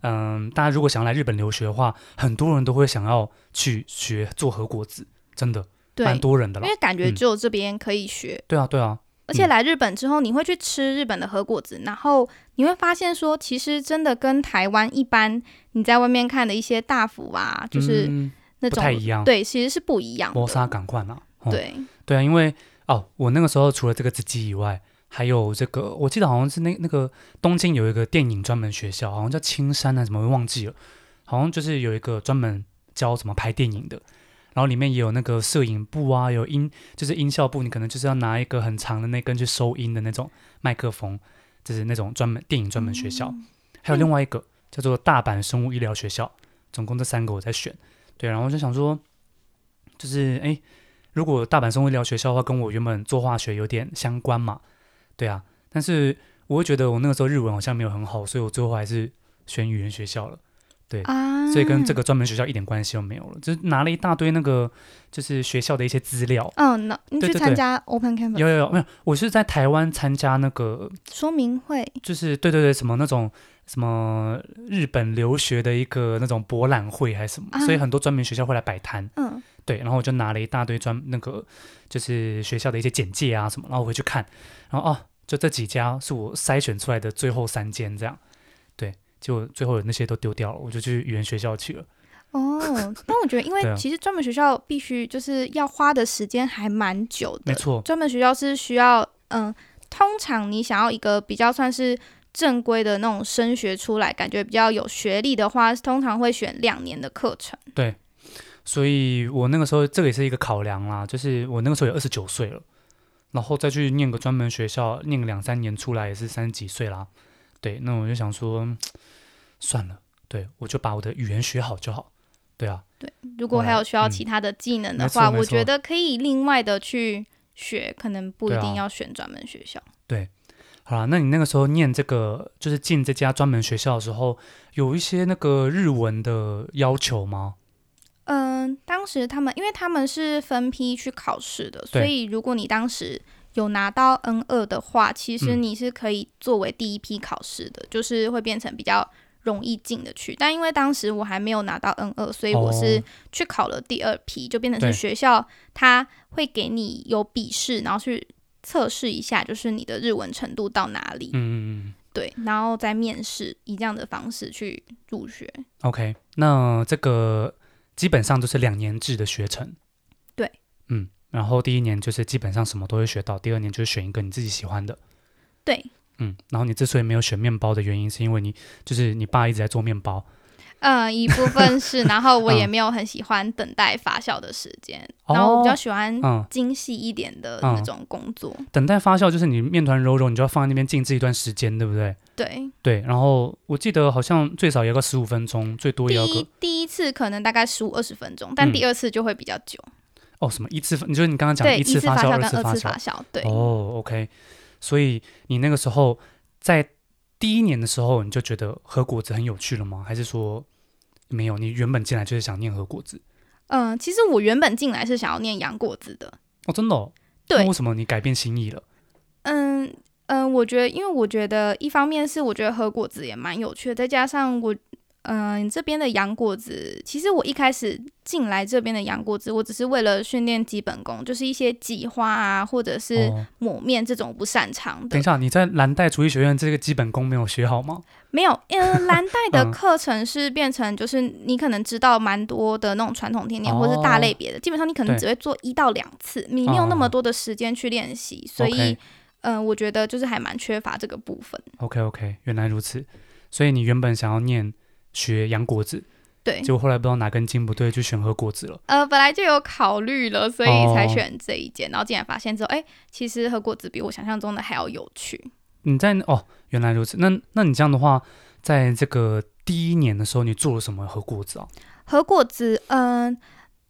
嗯，大家如果想要来日本留学的话，很多人都会想要去学做和果子，真的对蛮多人的因啦。为感觉嗯只有这边可以学，对啊，对啊，而且来日本之后，你会去吃日本的和果子，然后你会发现说，其实真的跟台湾一般你在外面看的一些大福啊，就是嗯、那不种、太一样，对，其实是不一样的。摩砂感快啦。哦对对啊，因为哦，我那个时候除了这个自己以外，还有这个，我记得好像是那那个东京有一个电影专门学校，好像叫青山啊什么，我忘记了，好像就是有一个专门教怎么拍电影的。然后里面也有那个摄影部啊，有音就是音效部，你可能就是要拿一个很长的那根去收音的那种麦克风，就是那种专门电影专门学校。还有另外一个叫做大阪生物医疗学校，总共这三个我在选。对，然后我就想说，就是哎，诶如果大阪生物医疗学校的话，跟我原本做化学有点相关嘛，对啊。但是我会觉得我那个时候日文好像没有很好，所以我最后还是选语言学校了。啊，所以跟这个专门学校一点关系都没有了，就是拿了一大堆那个就是学校的一些资料。嗯，那你对去对参对加 Open Campus 有有有，没有？我是在台湾参加那个说明会，就是对对对，什么那种什么日本留学的一个那种博览会还是什么，啊所以很多专门学校会来摆摊。嗯，对，然后我就拿了一大堆专那个就是学校的一些简介啊什么，然后我回去看，然后哦，就这几家是我筛选出来的最后三间这样。对，结果最后有那些都丢掉了，我就去语言学校去了。 哦，但我觉得，因对为啊其实专门学校必须就是要花的时间还蛮久的没，错，专门学校是需要，嗯，通常你想要一个比较算是正规的那种升学出来，感觉比较有学历的话，通常会选两年的课程。所以我那个时候这个也是一个考量啦，就是我那个时候也二十九岁了，然后再去念个专门学校，念个两三年出来也是三十几岁啦。对，那我就想说，嗯算了，对我就把我的语言学好就好。对啊，如果还有需要其他的技能的话，嗯嗯没错没错我觉得可以另外的去学，可能不一对啊定要选专门学校。好啦，那你那个时候念这个就是进这家专门学校的时候，有一些那个日文的要求吗？嗯、当时他们因为他们是分批去考试的，所以如果你当时有拿到 N 二的话，其实嗯你是可以作为第一批考试的，就是会变成比较容易进得去。但因为当时我还没有拿到 N 二，所以我哦是去考了第二批，就变成对是学校它会给你有笔试，然后去测试一下，就是你的日文程度到哪里，嗯嗯嗯对，然后再面试，以这样的方式去入学。 ，OK，那这个基本上就是两年制的学程。对，嗯，然后第一年就是基本上什么都会学到，第二年就是选一个你自己喜欢的。对，嗯，然后你之所以没有选面包的原因，是因为你就是你爸一直在做面包嗯，一部分是，然后我也嗯没有很喜欢等待发酵的时间，哦然后我比较喜欢嗯精细一点的那种工作。等待发酵，就是你面团揉揉，你就要放在那边静置一段时间，对不对？对，对，然后我记得好像最少也要个十五分钟，最多也第要个一第一次可能大概十五二十分钟，但嗯第二次就会比较久。哦，什么一次，你就是你刚刚讲对，一次次发酵、跟次二发次发酵，对，哦，OK，所以你那个时候在第一年的时候，你就觉得和果子很有趣了吗？还是说没有？你原本进来就是想念和果子？嗯，其实我原本进来是想要念洋果子的，哦，真的、哦？那对为什么你改变心意了？嗯嗯，我觉得，因为我觉得一方面是我觉得和果子也蛮有趣的，再加上我。嗯，这边的洋果子，其实我一开始进来这边的洋果子，我只是为了训练基本功，就是一些挤花啊，或者是哦，抹面这种我不擅长的。等一下，你在蓝带厨艺学院这个基本功没有学好吗？没有， 嗯，蓝带的嗯课程是变成就是你可能知道蛮多的那种传统甜点或是大类别的，基本上你可哦能对哦只会做一到两次，你没有那么多的时间去练习，所以 OK 嗯，我觉得就是还蛮缺乏这个部分。 OK OK，原来如此。所以你原本想要念学洋果子，对，结果后来不知道哪根筋不对，去选和果子了。呃，本来就有考虑了，所以才哦选这一间。然后竟然发现之后，哎、其实和果子比我想象中的还要有趣。你在哦，原来如此。那那你这样的话，在这个第一年的时候，你做了什么和果子啊？和果子，嗯、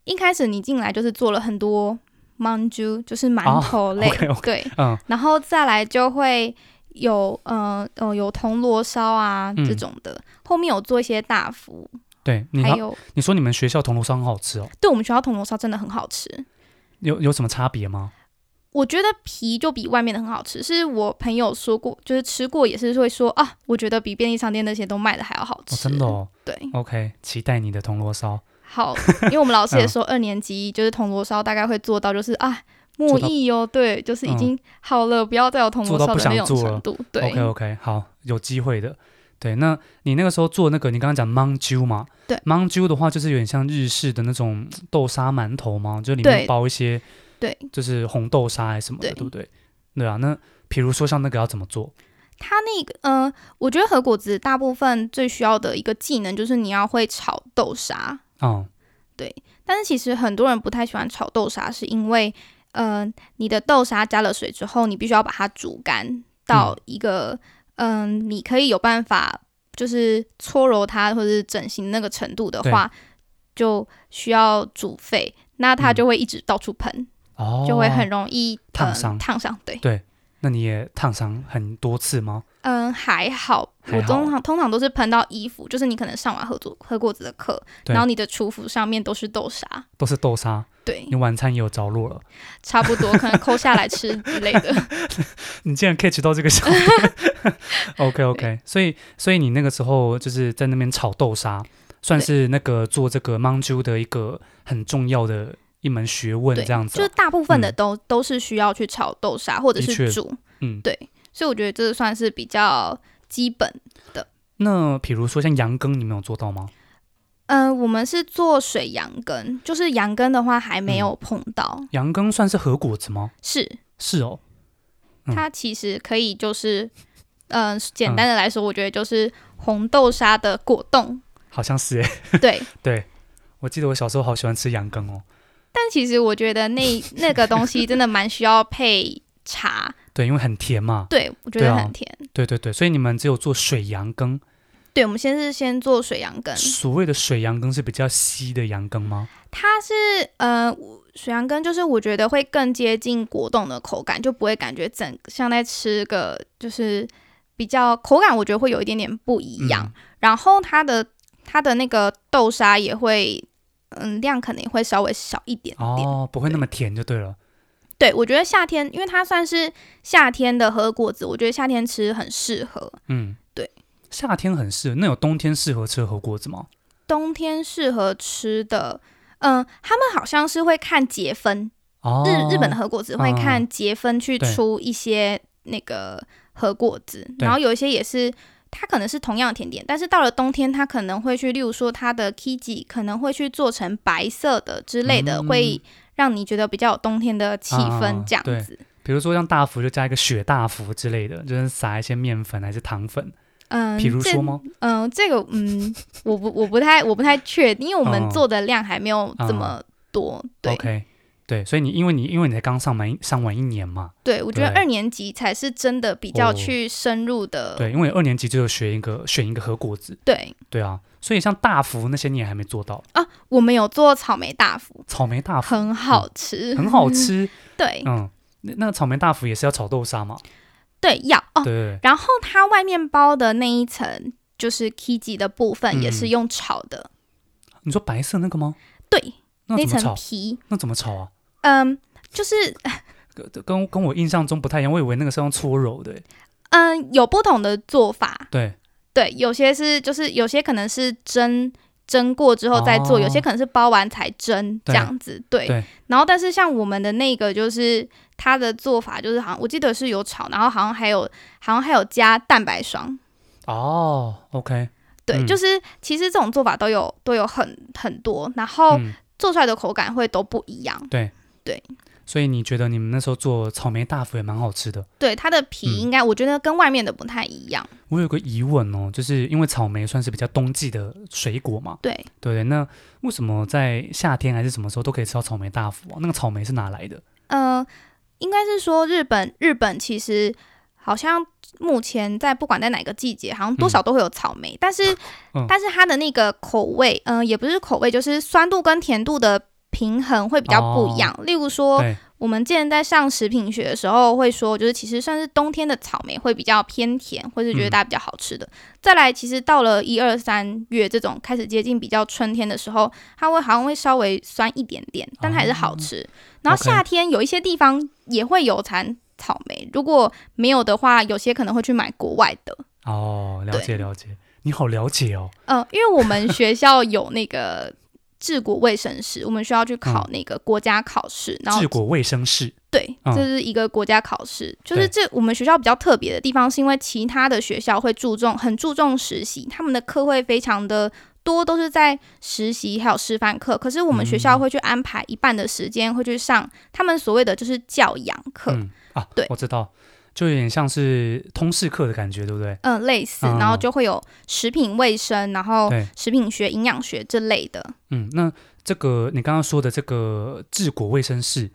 一开始你进来就是做了很多 manju，就是馒头类，哦 OK，OK 对，嗯，然后再来就会有，呃，呃，有铜锣烧啊、嗯这种的。后面有做一些大福，对，你还要有，你说你们学校铜锣烧很好吃哦，对我们学校铜锣烧真的很好吃。有有什么差别吗？我觉得皮就比外面的很好吃，是我朋友说过，就是吃过也是会说啊，我觉得比便利商店那些都卖的还要好哦，吃。真的哦对， ，OK，期待你的铜锣烧。好，因为我们老师 嗯也说，二年级就是铜锣烧大概会做到，就是啊，做莫到意哦，对，就是已经好了，不要再有铜做锣到烧不的那想种做了程度。对 OK OK，好，有机会的。对，那你那个时候做那个，你刚刚讲 manju 嘛？对，manju 的话就是有点像日式的那种嗯豆沙馒头嘛，就里面对包一些，对，就是红豆沙还是什么的，对对不对？对啊，那比如说像那个要怎么做？它那个，嗯、我觉得和果子大部分最需要的一个技能就是你要会炒豆沙，嗯，但是其实很多人不太喜欢炒豆沙，是因为，嗯、你的豆沙加了水之后，你必须要把它煮干到一个，嗯、你可以有办法就是搓揉它或者是整形那个程度的话，就需要煮沸，那它嗯就会一直到处喷，哦，就会很容易烫嗯伤烫伤，对。那你也烫伤很多次吗？嗯，还好，还我好通常通常都是喷到衣服，就是你可能上完喝做喝果子的课，对然后你的厨服上面都是豆沙，都是豆沙，对你，晚餐也有着落了。差不多可能抠下来吃之类 的。你竟然 catch 到这个小 ，OK OK，所以所以你那个时候就是在那边炒豆沙，算对是那个做这个 manju 的一个很重要的一门学问，对这样子 就啊、是大部分的嗯都、都是需要去炒豆沙或者的确是煮，嗯，对所以我觉得这算是比较基本。那比如说像羊羹，你们有做到吗？嗯、我们是做水羊羹，就是羊羹的话还嗯没有碰到，羊羹算是和果子吗？是是哦，嗯它其实可以就是，嗯、简单的来说，我觉得就是红豆沙的果 冻，好像是诶。对。对，我记得我小时候好喜欢吃羊羹哦。但其实我觉得那那个东西真的蛮需要配茶，对，因为很甜嘛。对我觉对得啊很甜。对对对，所以你们只有做水羊羹，对，我们先是先做水杨根，所谓的水杨根是比较稀的杨根吗？它是呃水杨根，就是我觉得会更接近果冻的口感，就不会感觉整像在吃个就是比较口感，我觉得会有一点点不嗯一样。然后它的它的那个豆沙也会，嗯，量可能也会稍微少一点点。哦，不会那么甜就对了。对，我觉得夏天，因为它算是夏天的和果子，我觉得夏天吃很适合。嗯，对。夏天很适合，那有冬天适合吃和果子吗？冬天适合吃的，嗯，他们好像是会看节分，哦，日日本的和果子会嗯看节分去对出一些那个和果子，对然后有一些也是。它可能是同样的甜点，但是到了冬天，它可能会去，例如说它的 Kiji 可能会去做成白色的之类的，嗯会让你觉得比较有冬天的气啊氛这样对子。比如说像大福就加一个雪大福之类的，就是撒一些面粉还是糖粉，嗯，比如这说吗？嗯，这个嗯，我不我不太我不太确定，因为我哦啊们做的量还没有这么多。对 OK，对，所以你因为你因为你才刚上完上完一年嘛，对，我觉得对二年级才是真的比较哦去深入的。对，因为二年级就有学一个选一个和果子，对对啊，所以像大福那些你也还没做到，啊，我们有做草莓大福，草莓 大福很好吃，嗯很好。吃，对嗯，那那个草莓大福也是要炒豆沙嘛，对，要哦。对，然后它外面包的那一层就是 Kiji 的部分，也是嗯用炒的。你说白色那个吗？对，那那怎么层炒？皮，那怎么炒啊？嗯，就是跟跟跟我印象中不太一样，我以为那个是用搓揉的欸，嗯，有不同的做法。对，对，有些是就是有些可能是蒸蒸过之后再做，哦有些可能是包完才蒸对这样子。对，对然后但是像我们的那个就是它的做法就是好像我记得是有炒，然后好像还有好像还有加蛋白霜。哦，OK，对，嗯就是其实这种做法都有都有很很多，然后嗯，做出来的口感会都不一样。所以你觉得你们那时候做草莓大福也蛮好吃的？对，它的皮嗯应该、我觉得跟外面的不太一样。我有个疑问哦，就是因为草莓算是比较冬季的水果嘛，对，对不对？那为什么在夏天还是什么时候都可以吃到草莓大福啊？那个草莓是哪来的？呃，应该是说日本，日本其实好像目前在不管在哪个季节，好像多少都会有草莓，但是、 嗯但是它的那个口味，嗯、也不是口味，就是酸度跟甜度的平衡会比较不一样。例如说，哦对，我们之前在上食品学的时候会说，就是其实算是冬天的草莓会比较偏甜，或是觉嗯得大家比较好吃的。再来，其实到了一二三月这种开始接近比较春天的时候，它会好像会稍微酸一点点，但它还是好吃。然后 OK 夏天有一些地方也会有产草莓，如果没有的话，有些可能会去买国外的。哦，了解了解，你好了解哦，呃，因为我们学校有那个治国卫生师，我们需要去考那个国家考试，然后治国卫生室对，嗯这是一个国家考试，就是对这我们学校比较特别的地方，是因为其他的学校会注重很注重实习，他们的课会非常的多，都是在实习还有示范课。可是我们学校嗯会去安排一半的时间会去上他们所谓的就是教养课，嗯、嗯啊，对我知道，就有点像是通识课的感觉，对不对？类似，嗯然后就会有食品卫生，然后对食品学、营养学这类的。嗯，那这个你刚刚说的这个治国卫生室，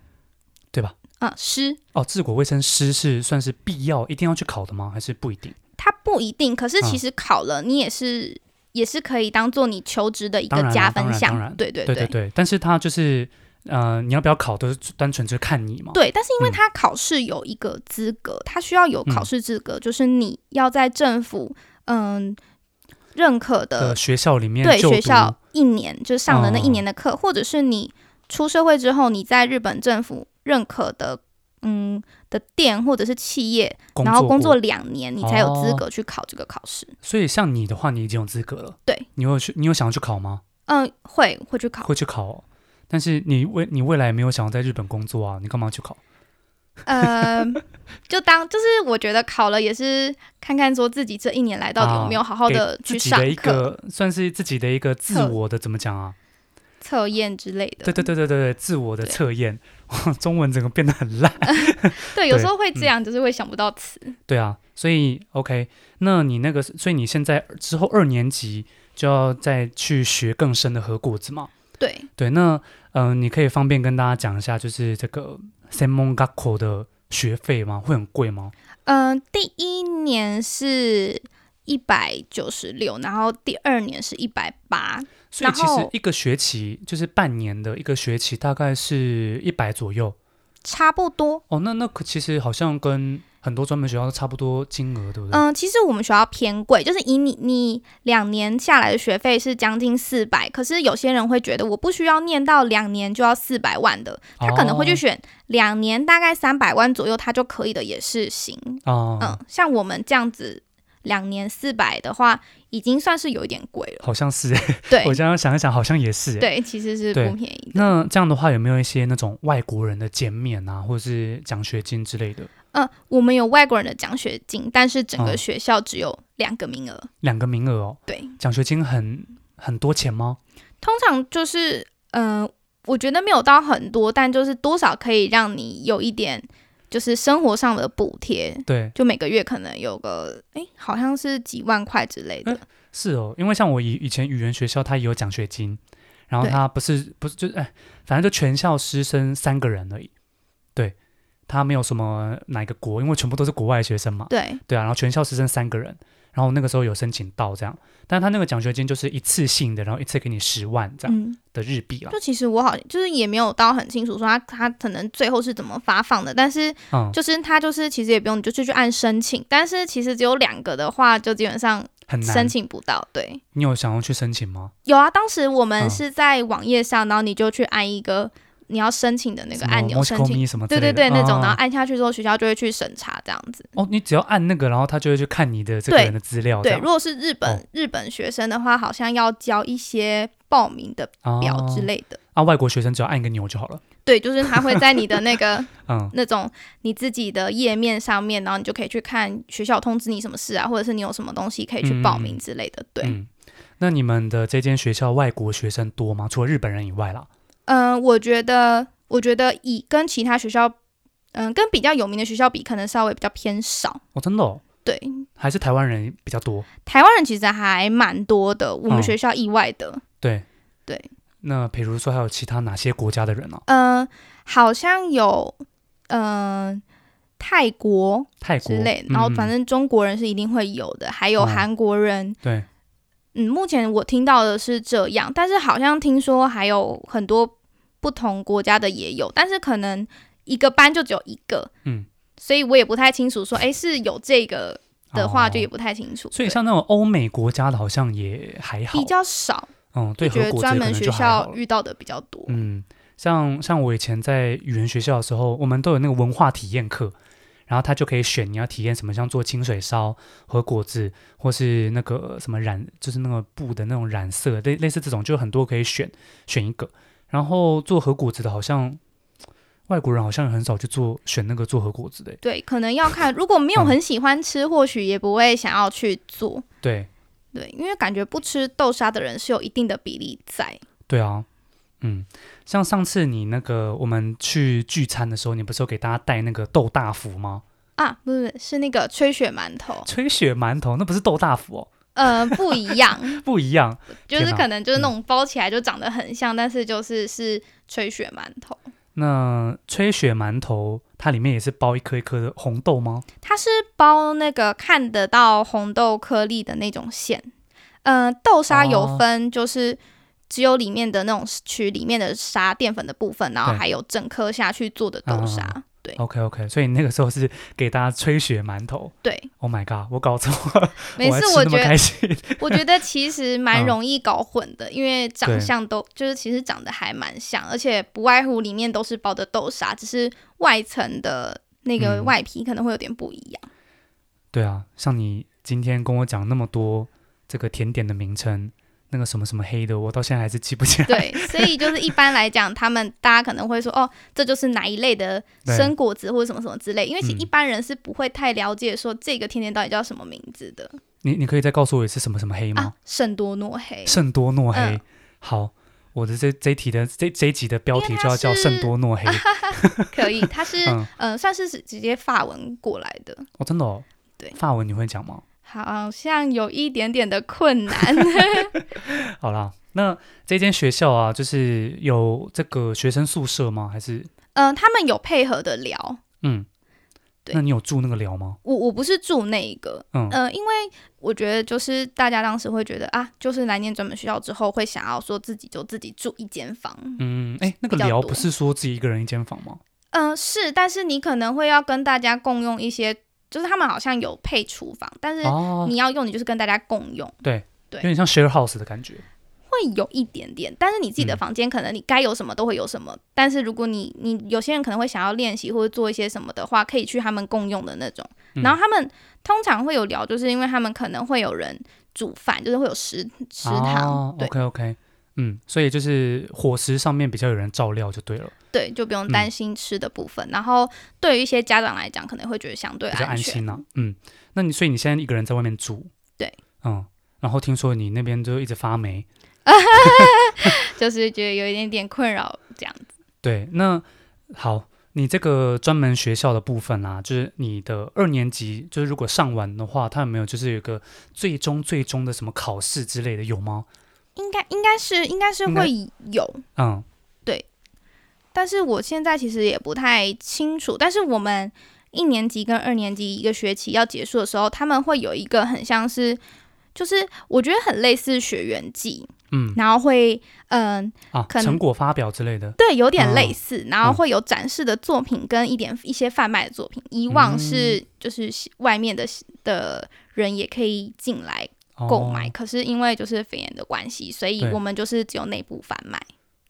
对吧？嗯，师哦，治国卫生师是算是必要一定要去考的吗？还是不一定？它不一定，可是其嗯实考了，你也是。也是可以当做你求职的一当个然啦加当分然项当然，对呃对对对对，但是他就是呃，你要不要考都是单纯就是看你嘛。对，但是因为嗯他考试有一个资格，他需要有考嗯试资格，就是你要在政府嗯认可呃，的学校里面对就学读校一年，就上了那一哦年的课，或者是你出社会之后，你在日本政府认可的嗯的店或者是企业，工然后工过作两年，你才有资哦格去考这个考试。所以像你的话，你已经有资格了。对，你有去，你有想要去考吗？嗯，会会去考，会去考哦、但是你未你未来没有想要在日本工作啊，你干嘛去考？呃，就当就是我觉得考了也是看看说自己这一年来到底有没有好好啊给的自去己上的一课。个算是自己的一个自课我的怎么讲啊？测验之类的。对对对对对对，自我的对测验， 中文整个变得很烂。 对有对嗯时候会这样，就是会想不到词。对啊，所以 OK，那你那个，所以你现在之后二年级就要再去学更深的核果子嘛？对，对，那嗯、呃你可以方便跟大家讲一下，就是这个 s e m o n g a k o 的学费吗？会很贵吗？嗯、第一年是。一百九十六，然后第二年是一百八，所以其然实后一个学期就是半年的一个学期，大概是一百左右。差不多。哦，那那可其实好像跟很多专门学校都差不多金额，对不对？嗯，其实我们学校偏贵，就是以你你两年下来的学费是将近四百，可是有些人会觉得我不需要念到两年就要四百万的，他可能哦会去选两年大概三百万左右，他就可以的也是行。哦啊，嗯，像我们这样子两年四百的话，已经算是有一点贵了。好像是。对我这样想一想，好像也是。。对，其实是对不便宜的。那这样的话，有没有一些那种外国人的减免啊，或者是奖学金之类的？嗯，我们有外国人的奖学金，但是整哦个学校只有两个名额。两个名额哦，对，奖学金很很多钱吗？通常就是，嗯、我觉得没有到很多，但就是多少可以让你有一点，就是生活上的补贴，对，就每个月可能有个，哎，好像是几万块之类的。是哦，因为像我以以前语言学校，它也有奖学金，然后对它不是不是就哎，反正就全校师生三个人而已，对，它没有什么哪一个国，因为全部都是国外学生嘛，对，对啊，然后全校师生三个人，然后那个时候有申请到这样，但他那个奖学金就是一次性的，然后一次给你十万这样嗯，的日币啦，就其实我好就是也没有到很清楚说他他可能最后是怎么发放的，但是嗯，就是他就是其实也不用你就去去按申请，但是其实只有两个的话，就基本上很难申。请不到。对，你有想要去申请吗？有啊，当时我们嗯是在网页上，然后你就去按一个你要申请的那个按钮什申么 Moscow 请。 Me 什么之对类对的？对，那种，嗯然后按下去之后，学校就会去审查这样子。哦，你只要按那个，然后他就会去看你的这个对人的资料，这对，样如果是日本、哦日本学生的话，好像要交一些报名的表哦之类的。啊，外国学生只要按一个钮就好了。对，就是他会在你的 那个嗯，那种你自己的页面上面，然后你就可以去看学校通知你什么事啊，或者是你有什么东西可以去报名之类的。对，嗯、嗯，那你们的这间学校外国学生多吗？除了日本人以外啦。嗯我觉得，我觉得以跟其他学校，嗯、跟比较有名的学校比，可能稍微比较偏少。哦，真的、哦，对，还是台湾人比较多。台湾人其实还蛮多的，我们嗯学校意外的，对，对。那比如说还有其他哪些国家的人啊？嗯、好像有，嗯、泰国泰国之类，然后嗯嗯反正中国人是一定会有的，还有嗯韩国人，对，嗯，目前我听到的是这样，但是好像听说还有很多不同国家的也有，但是可能一个班就只有一个，嗯，所以我也不太清楚说，诶，是有这个的话，哦就也不太清楚，所以对像那种欧美国家的，好像也还好。比较少，嗯，对，就觉和得国这专个可门能学就还好校了。遇到的比较多，嗯，像像我以前在语言学校的时候，我们都有那个文化体验课，然后他就可以选你要体验什么，像做清水烧、和果子，或是那个什么染，就是那个布的那种染色，类类似这种，就很多可以选选一个。然后做和果子的，好像外国人好像很少去做选那个做和果子的欸。对，可能要看，如果嗯没有很喜欢吃，或许也不会想要去做，对对，因为感觉不吃豆沙的人是有一定的比例在，对啊，嗯，像上次你那个我们去聚餐的时候，你不是有给大家带那个豆大福吗？啊，不是，是那个吹雪馒头，吹雪馒头那不是豆大福哦，呃，不一样，不一样。就是天哪嗯可能就是那种包起来就长得很像，但是就是是吹雪馒头，那吹雪馒头它里面也是包一颗一颗的红豆吗？它是包那个看得到红豆颗粒的那种馅。嗯、豆沙哦有分，就是只有里面的那种取里面的沙淀粉的部分，然后对嗯还有整颗下去做的豆沙。对 OK OK，所以你那个时候是给大家吹雪馒头。对， Oh my god，我搞错了，每我还次吃我那觉么得开心。 我觉得其实蛮嗯容易搞混的，因为对长相都就是其实长得还蛮像，而且不外乎里面都是包的豆沙，只是外层的那个嗯外皮可能会有点不一样。对啊，像你今天跟我讲那么多这个甜点的名称，那个什么什么黑的，我到现在还是记不起来。对，所以就是一般来讲，他们大家可能会说，哦，这就是哪一类的对生果子或者什么什么之类，因为其实嗯一般人是不会太了解说这个甜点到底叫什么名字的 你你可以再告诉我一次什么什么黑吗啊？。圣多诺黑，圣多诺黑。嗯好，我的这这一题的这这一集的标因为题它就要叫是圣多诺黑。可以，它嗯，是嗯、呃算是直接法文过来的，哦，真的哦。对法文你会讲吗？好像有一点点的困难。 好啦，那这间学校啊，就是有这个学生宿舍吗？还是呃嗯、他们有配合的聊，嗯，对那你有住那个寮吗？我我不是住那一个，嗯呃，因为我觉得就是大家当时会觉得啊，就是来念专门学校之后，会想要说自己就自己住一间房，嗯，哎、那个比较寮多不是说自己一个人一间房吗？嗯、是，但是你可能会要跟大家共用一些，就是他们好像有配厨房，但是哦，你要用，你就是跟大家共用，有点像 share house 的感觉。会有一点点，但是你自己的嗯房间可能你该有什么都会有什么，但是如果你你有些人可能会想要练习或者做一些什么的话，可以去他们共用的那种，嗯然后他们通常会有聊，就是因为他们可能会有人煮饭，就是会有食食堂，哦、对 OK OK，嗯，所以就是伙食上面比较有人照料就对了，对，就不用担心吃的部分。然后对于一些家长来讲，可能会觉得相对嗯比较安全，心啦、嗯，那你所以你现在一个人在外面住，对，嗯，然后听说你那边就一直发霉， 就是觉得有一点点困扰这样子。对，那好，你这个专门学校的部分啦、就是你的二年级，就是如果上完的话，它有没有就是有个最终最终的什么考试之类的有吗？应该应该是应该是应该会有，嗯，但是我现在其实也不太清楚。但是我们一年级跟二年级一个学期要结束的时候，他们会有一个很像是，就是我觉得很类似学员季，嗯然后会嗯、啊，可能成果发表之类的，对，有点哦类似，然后会有展示的作品跟一点一些贩卖的作品。以往是嗯就是外面的的人也可以进来购买，哦、可是因为就是肺炎的关系，所以对我们就是只有内部贩卖。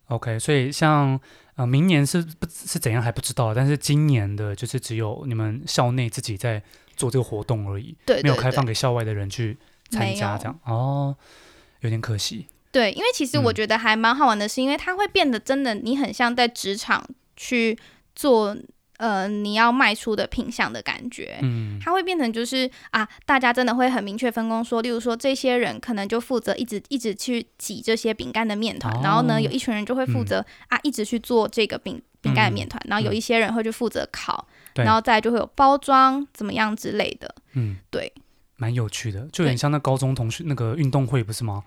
OK，所以像呃，明年是不是怎样还不知道，但是今年的就是只有你们校内自己在做这个活动而已，对没对有开对放，给校外的人去参没加，有这样哦，有点可惜。对，因为其实嗯我觉得还蛮好玩的，是因为它会变得真的，你很像在职场去做呃你要卖出的品相的感觉。嗯，它会变成就是啊，大家真的会很明确分工说，例如说这些人可能就负责一直一直去挤这些饼干的面团，哦嗯然后呢有一群人就会负责、啊一直去做这个饼饼干的面团，然后有一些人会去负责烤，对然后再来就会有包装怎么样之类的。嗯，对，蛮有趣的，就有点对像那高中同学那个运动会不是吗？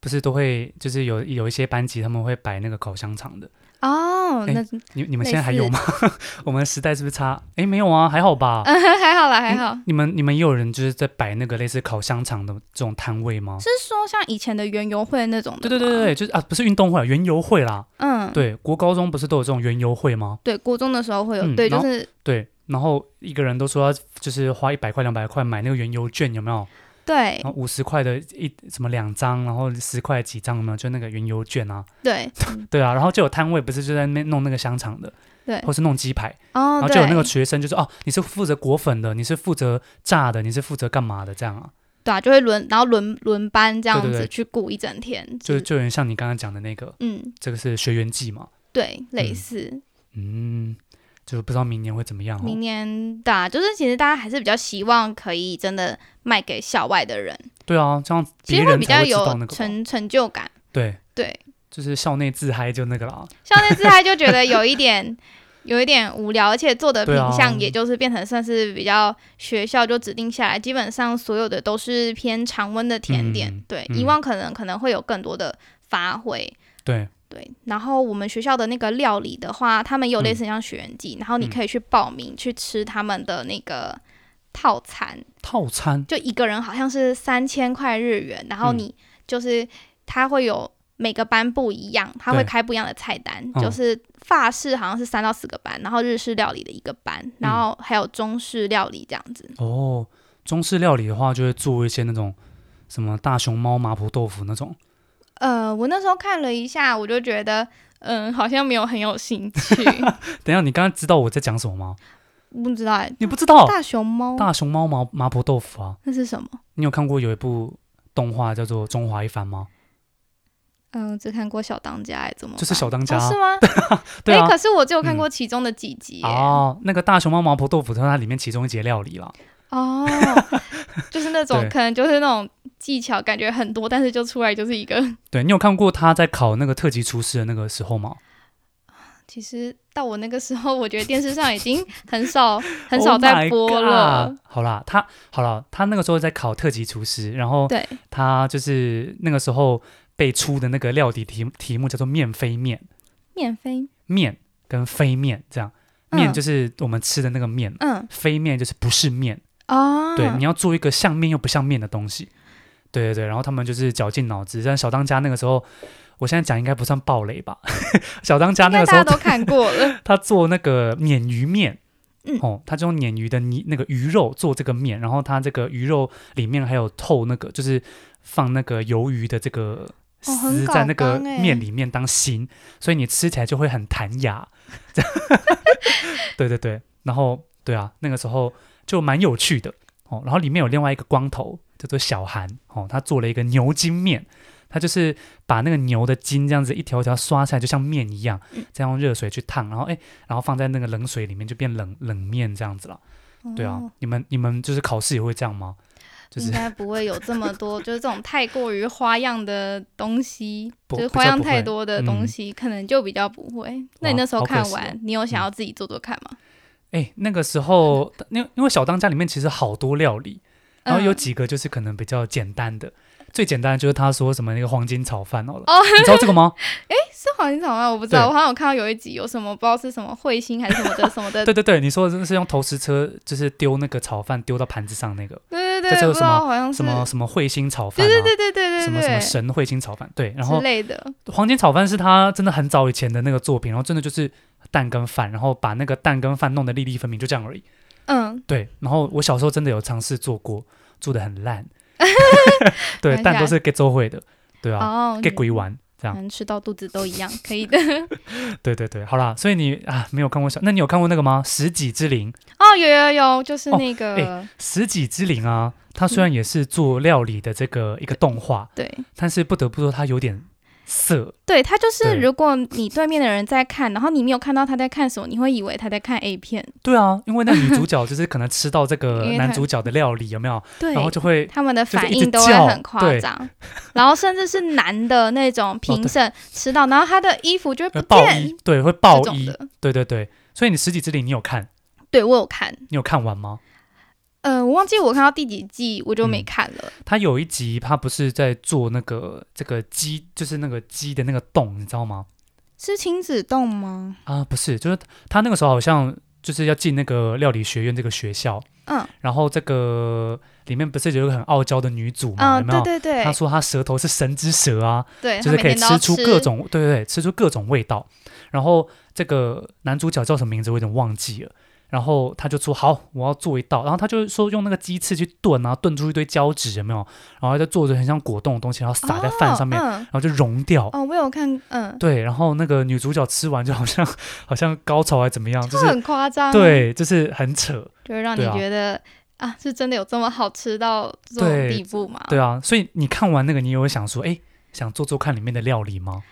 不是都会就是有有一些班级他们会摆那个烤香肠的，哦，哎那、你你们类现在还有似呃吗？ 我们时代是不是差？诶，没有啊，还好嗯吧。 还好啦，还好。你们你们也有人就是在摆那个类似烤香肠的这种摊位吗？是说像以前的园游会那种对的，对对对，对，，就是啊，不是运动会，啊，园游会啦。嗯，对，国高中不是都有这种园游会吗？对，国中的时候会有，嗯对，然就后是对，然后一个人都说要就是花一百块、两百块买那个园游券，有没有？对然后五十块的一什么两张，然后十块几张，有没有？就那个园游券啊， 对对啊，然后就有摊位不是就在那边弄那个香肠的，对，或是弄鸡排，然哦，后就有那个对，学生就说哦，你是负责裹粉的，你是负责炸的，你是负责干嘛的这样啊？对啊，就会轮，然后轮轮班这样对对子对去顾一整天，就之就有点像你刚刚讲的那个，嗯，这个是学员季嘛，对，类嗯似嗯，就不知道明年会怎么样、哦。明年对啊，就是其实大家还是比较希望可以真的卖给校外的人，对啊，这样其别实会人比才较会知道有那个吧。成成就感，对，对，就是校内自嗨就那个啊啦。像那次他就觉得有一点。有一点无聊，而且做的品对啊相也就是变成算是比较学校就指定下来，基本上所有的都是偏常温的甜点。嗯对，嗯以往可能可能会有更多的发挥。对，对，然后我们学校的那个料理的话，他们嗯有类似像学员季，然后你可以去报名、去吃他们的那个套餐，套餐就一个人好像是三千块日元，然后嗯你就是他会有每个班不一样，他会对开不一样的菜单，嗯就是法式好像是三到四个班，然后日式料理的一个班，嗯然后还有中式料理这样子。哦，中式料理的话就会做一些那种什么大熊猫麻婆豆腐那种。呃，我那时候看了一下，我就觉得，嗯，好像没有很有兴 趣，等一下，你刚刚知道我在讲什么吗？不知道哎、你不知道大熊猫大熊猫麻麻婆豆腐啊？那是什么？你有看过有一部动画叫做《中华一番》吗？嗯、只看过小当家哎、怎么办？就是小当家哦啊是吗？ 对哎啊。可是我只有看过其中的几集、哎哦，那个大熊猫麻婆豆腐，它是它里面其中一节料理啦。哦，就是那种对可能就是那种技巧，感觉很多，但是就出来就是一个。 对你有看过他在考那个特级厨师的那个时候吗？其实到我那个时候，我觉得电视上已经很少很少在播 Oh 了 my god。好啦，他好了，他那个时候在考特级厨师，然后对，他就是那个时候被出的那个料理题题目叫做面飞面面飞面跟飞面这样。面嗯就是我们吃的那个面，嗯非面就是不是面，哦，对，你要做一个像面又不像面的东西。对对对，然后他们就是绞尽脑汁。但小当家那个时候，我现在讲应该不算暴雷吧？ 小当家应那该个时大家候都看过了，他做那个鲶鱼面，嗯哦，他就用鲶鱼的泥那个鱼肉做这个面，然后他这个鱼肉里面还有透那个，就是放那个鱿鱼的这个哦很丝在那搞个纲欸面里面当心，所以你吃起来就会很弹牙。 对对对，然后对啊，那个时候就蛮有趣的哦。然后里面有另外一个光头叫做小韩哦，他做了一个牛筋面。他就是把那个牛的筋这样子一条一条刷下来，就像面一样，再用热水去烫，然后哎，然后放在那个冷水里面就变冷冷面这样子了。 对啊，哦嗯你们你们就是考试也会这样吗？就是 应该不会有这么多，就是这种太过于花样的东西，不就是比较花样不太会多的嗯东西，可能就比较不会。那你哇那时候好可看惜完，哦你有想要自己做做看吗？哎，那个时候，因为因为小当家里面其实好多料理，然后有嗯几个就是可能比较简单的，最简单的就是他说什么那个黄金炒饭好了，哦你知道这个 吗？是黄金草吗？我不知道，对我好像有看到有一集有什么不知道是什么彗星还是什么的什么 的，对对对，你说的是用投石车就是丢那个炒饭丢到盘子上那个对对这对，就不是知什么道好像是什么什么彗星炒饭嗯对啊，对对对对什对么什么对神彗星炒饭，对，然之后类的，黄金炒饭是他真的很早以前的那个作品，然后真的就是蛋跟饭，然后把那个蛋跟饭弄得粒粒分明，就这样而已。嗯，对，然后我小时候真的有尝试做过，做的很 烂。对，蛮蛋都像是给周会的，对啊，哦，给鬼玩这反样。正吃到肚子都一样，可以的。 嗯对对对，好啦，所以你啊没有看过小，那你有看过那个吗？《十几之灵》，《哦，有有有，就是哦那个十几之灵》啊，它虽然也是做料理的这个一个动画，对。但是不得不说它有点色。对他就是，对如果你对面的人在看，然后你没有看到他在看什么，你会以为他在看 A 片。对啊，因为那女主角就是可能吃到这因个为男它主角的料理有没有，对，然后就会他们的就是反一直应都会叫很夸对张，然后甚至是男的那种评哦审吃到，然后他的衣服就会会不爆见呃衣，对，会这爆种衣，的。对对对。所以你《十几之灵》你有看，对我有看，你有看完吗？呃，我忘记我看到第几季，我就没嗯看了。他有一集他不是在做那个这个鸡，就是那个鸡的那个洞，你知道吗？是亲子洞吗？啊，不是，就是他那个时候好像就是要进那个料理学院这个学校，嗯然后这个里面不是有一个很傲娇的女主嘛，嗯，有没有？对对对她，说她舌头是神之舌啊，对，就是他每可以天都要吃出各吃种，对对对，吃出各种味道。然后这个男主角叫什么名字，我有点忘记了。然后他就说好，我要做一道。然后他就说用那个鸡翅去炖啊，炖出一堆胶质，有没有？然后他就做着很像果冻的东西，然后撒在饭上面，哦嗯然后就融掉。哦，我有看，嗯，对，然后那个女主角吃完就好像好像高潮还怎么样，就就是很夸张，，对，就是很扯，就会让你对啊觉得啊，是真的有这么好吃到这对种地步吗？对啊。所以你看完那个，你有想说，哎，想做做看里面的料理吗？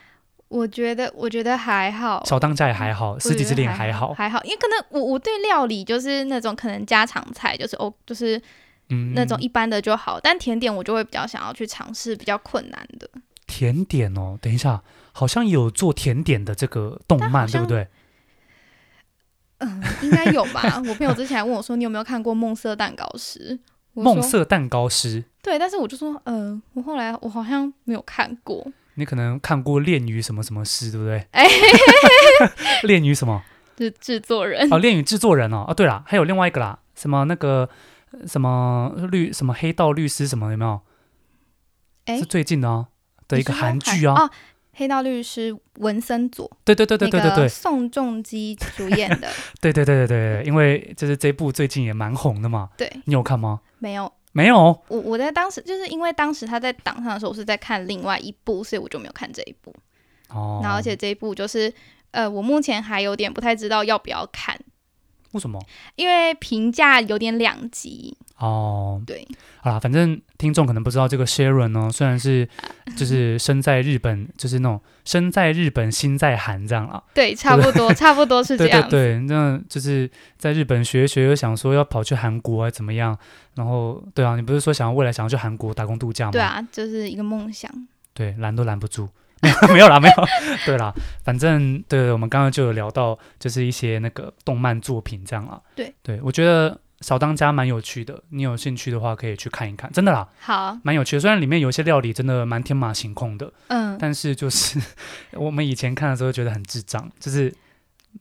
我觉得，我觉得还好，小当家也还好，哦我世纪之觉得恋还还好，还好，因为可能我我对料理就是那种可能家常菜，就是哦，就是嗯，那种一般的就好，但甜点我就会比较想要去尝试比较困难的。甜点哦，等一下，好像有做甜点的这个动但漫，好对不像对？嗯，应该有 吧？我朋友之前还问我说，你有没有看过《梦色蛋糕师》？我梦说色蛋糕师，对，但是我就说，呃，我后来我好像没有看过，你可能看过恋与什么什么师，对不对？哎 恋与什么？就是制作人，哦，恋与制作人哦。啊，对啦，还有另外一个啦，什么那个呃什么律什么黑道律师什么有没有？哎是最近的啊的你一个是说韩剧啊。哦，黑道律师文森佐，对对对对对对那个对宋仲基主演 的，对对对对对，因为就是这部最近也蛮红的嘛。对，你有看吗？没有。没有我我在当时就是因为当时他在档上的时候，我是在看另外一部，所以我就没有看这一部。哦。然后而且这一部就是呃，我目前还有点不太知道要不要看，为什么？因为评价有点两极。哦， 对，好啦，反正听众可能不知道这个 Sharon 呢，虽然 是就是身在日本，就是那种身在日本心在韩这样啦。对，差不多，差不多是这对样对子。对，那就是在日本学一学，又想说要跑去韩国啊怎么样？然后对啊，你不是说想要未来想要去韩国打工度假吗？对，啊，就是一个梦想。对，拦都拦不住。 没有没有啦，没有。 对啦，反正对，我们刚刚就有聊到，就是一些那个动漫作品这样啦。对，对我觉得小当家蛮有趣的，你有兴趣的话可以去看一看，真的啦。好，蛮有趣的。虽然里面有一些料理真的蛮天马行空的，嗯， 但是就是我们以前看的时候觉得很智障，就是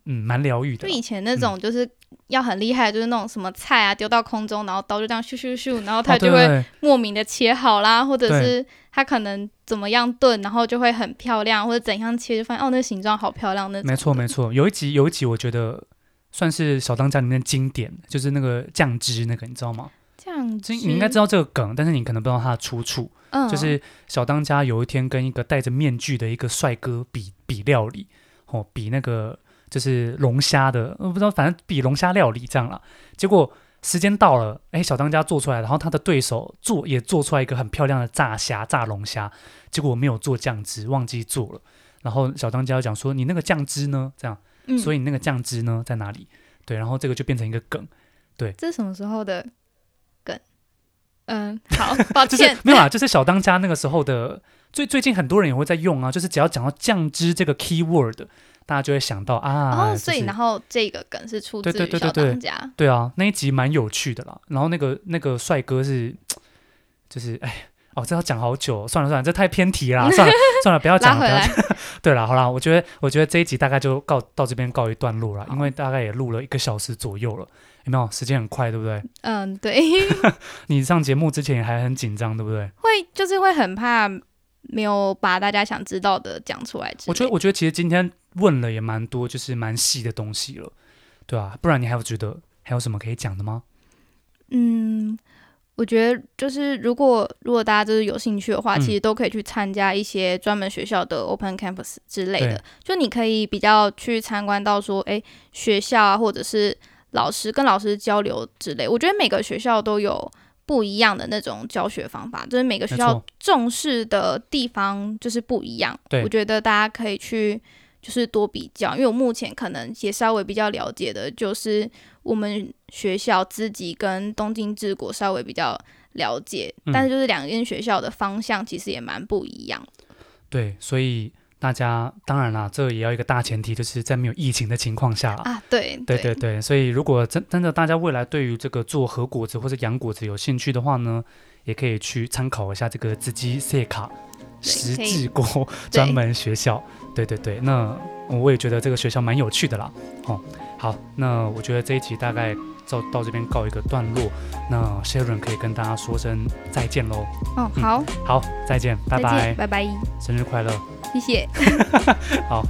嗯蛮疗愈的就。以前那种就是要很厉害，就是那种什么菜啊丢到空中，然后刀就这样咻咻咻，然后它哦对就会对莫名的切好啦，或者对是它可能怎么样炖，然后就会很漂亮，或者怎样切就发现哦，那形状好漂亮，那对没错没错，有一集有一集我觉得算是小当家里面经典，就是那个酱汁那个，你知道吗？这样这你应该知道，道这个梗，但是你可能不知道它的出处。嗯，就是小当家有一天跟一个戴着面具的一个帅哥比比料理，哦，比那个就是龙虾的，呃我不知道，反正比龙虾料理这样啦。结果时间到了，哎，小当家做出来，然后他的对手做也做出来一个很漂亮的炸虾、炸龙虾，结果没有做酱汁，忘记做了。然后小当家就讲说：“你那个酱汁呢？”这样，嗯，所以以你那个酱汁呢在哪里？对，然后这个就变成一个梗，这是什么时候的梗？ 嗯，好，抱啊就是歉，没有啦，就是小当家那个时候的最最近很多人也会在用啊，就是只要讲到酱汁这个 key word，大家就会想到啊，哦，所以就是然后这个梗是出自对对于对小对对当家，对啊，那一集蛮有趣的啦。然后那个那个帅哥是，就是哎哦，这要讲好久哦，算了算了，这太偏题 啦，算了算了，不要拉讲了，回不要来讲。，对啦，好啦，我觉得我觉得这一集大概就告到这边告一段落啦，因好为大概也录了一个小时左右了，有没有？时间很快，对不对？ 嗯，对， 你上节目之前也还很紧张，对不对？会就是会很怕没有把大家想知道的讲出来之类的。我觉得，我觉得其实今天问了也蛮多，就是蛮细的东西了，对啊，不然你还有觉得还有什么可以讲的吗？嗯，我觉得就是如果如果大家就是有兴趣的话，嗯其实都可以去参加一些专门学校的 Open Campus 之类对的，就你可以比较去参观到说，哎，学校啊，或者是老师跟老师交流之类。我觉得每个学校都有。不一样的那种教学方法，就是每个学没校错重视的地方就是不一样。对我觉得大家可以去就是多比较，因为我目前可能也稍微比较了解的，就是我们学校自己跟东京治国稍微比较了解，嗯但是就是两间学校的方向其实也蛮不一样的。对，所以大家当然啦，这也要一个大前提，就是在没有疫情的情况下啦。啊，对对对对，所以如果真真的大家未来对于这个做和果子或者洋果子有兴趣的话呢，也可以去参考一下这个自己塞卡对石可以质锅专门学校。对对对，那我也觉得这个学校蛮有趣的啦。哦，好，那我觉得这一集大概到到这边告一个段落，那 Sharon 可以跟大家说声再见喽。哦，嗯好，好，再见，拜再见，拜，拜拜，生日快乐。谢谢。好，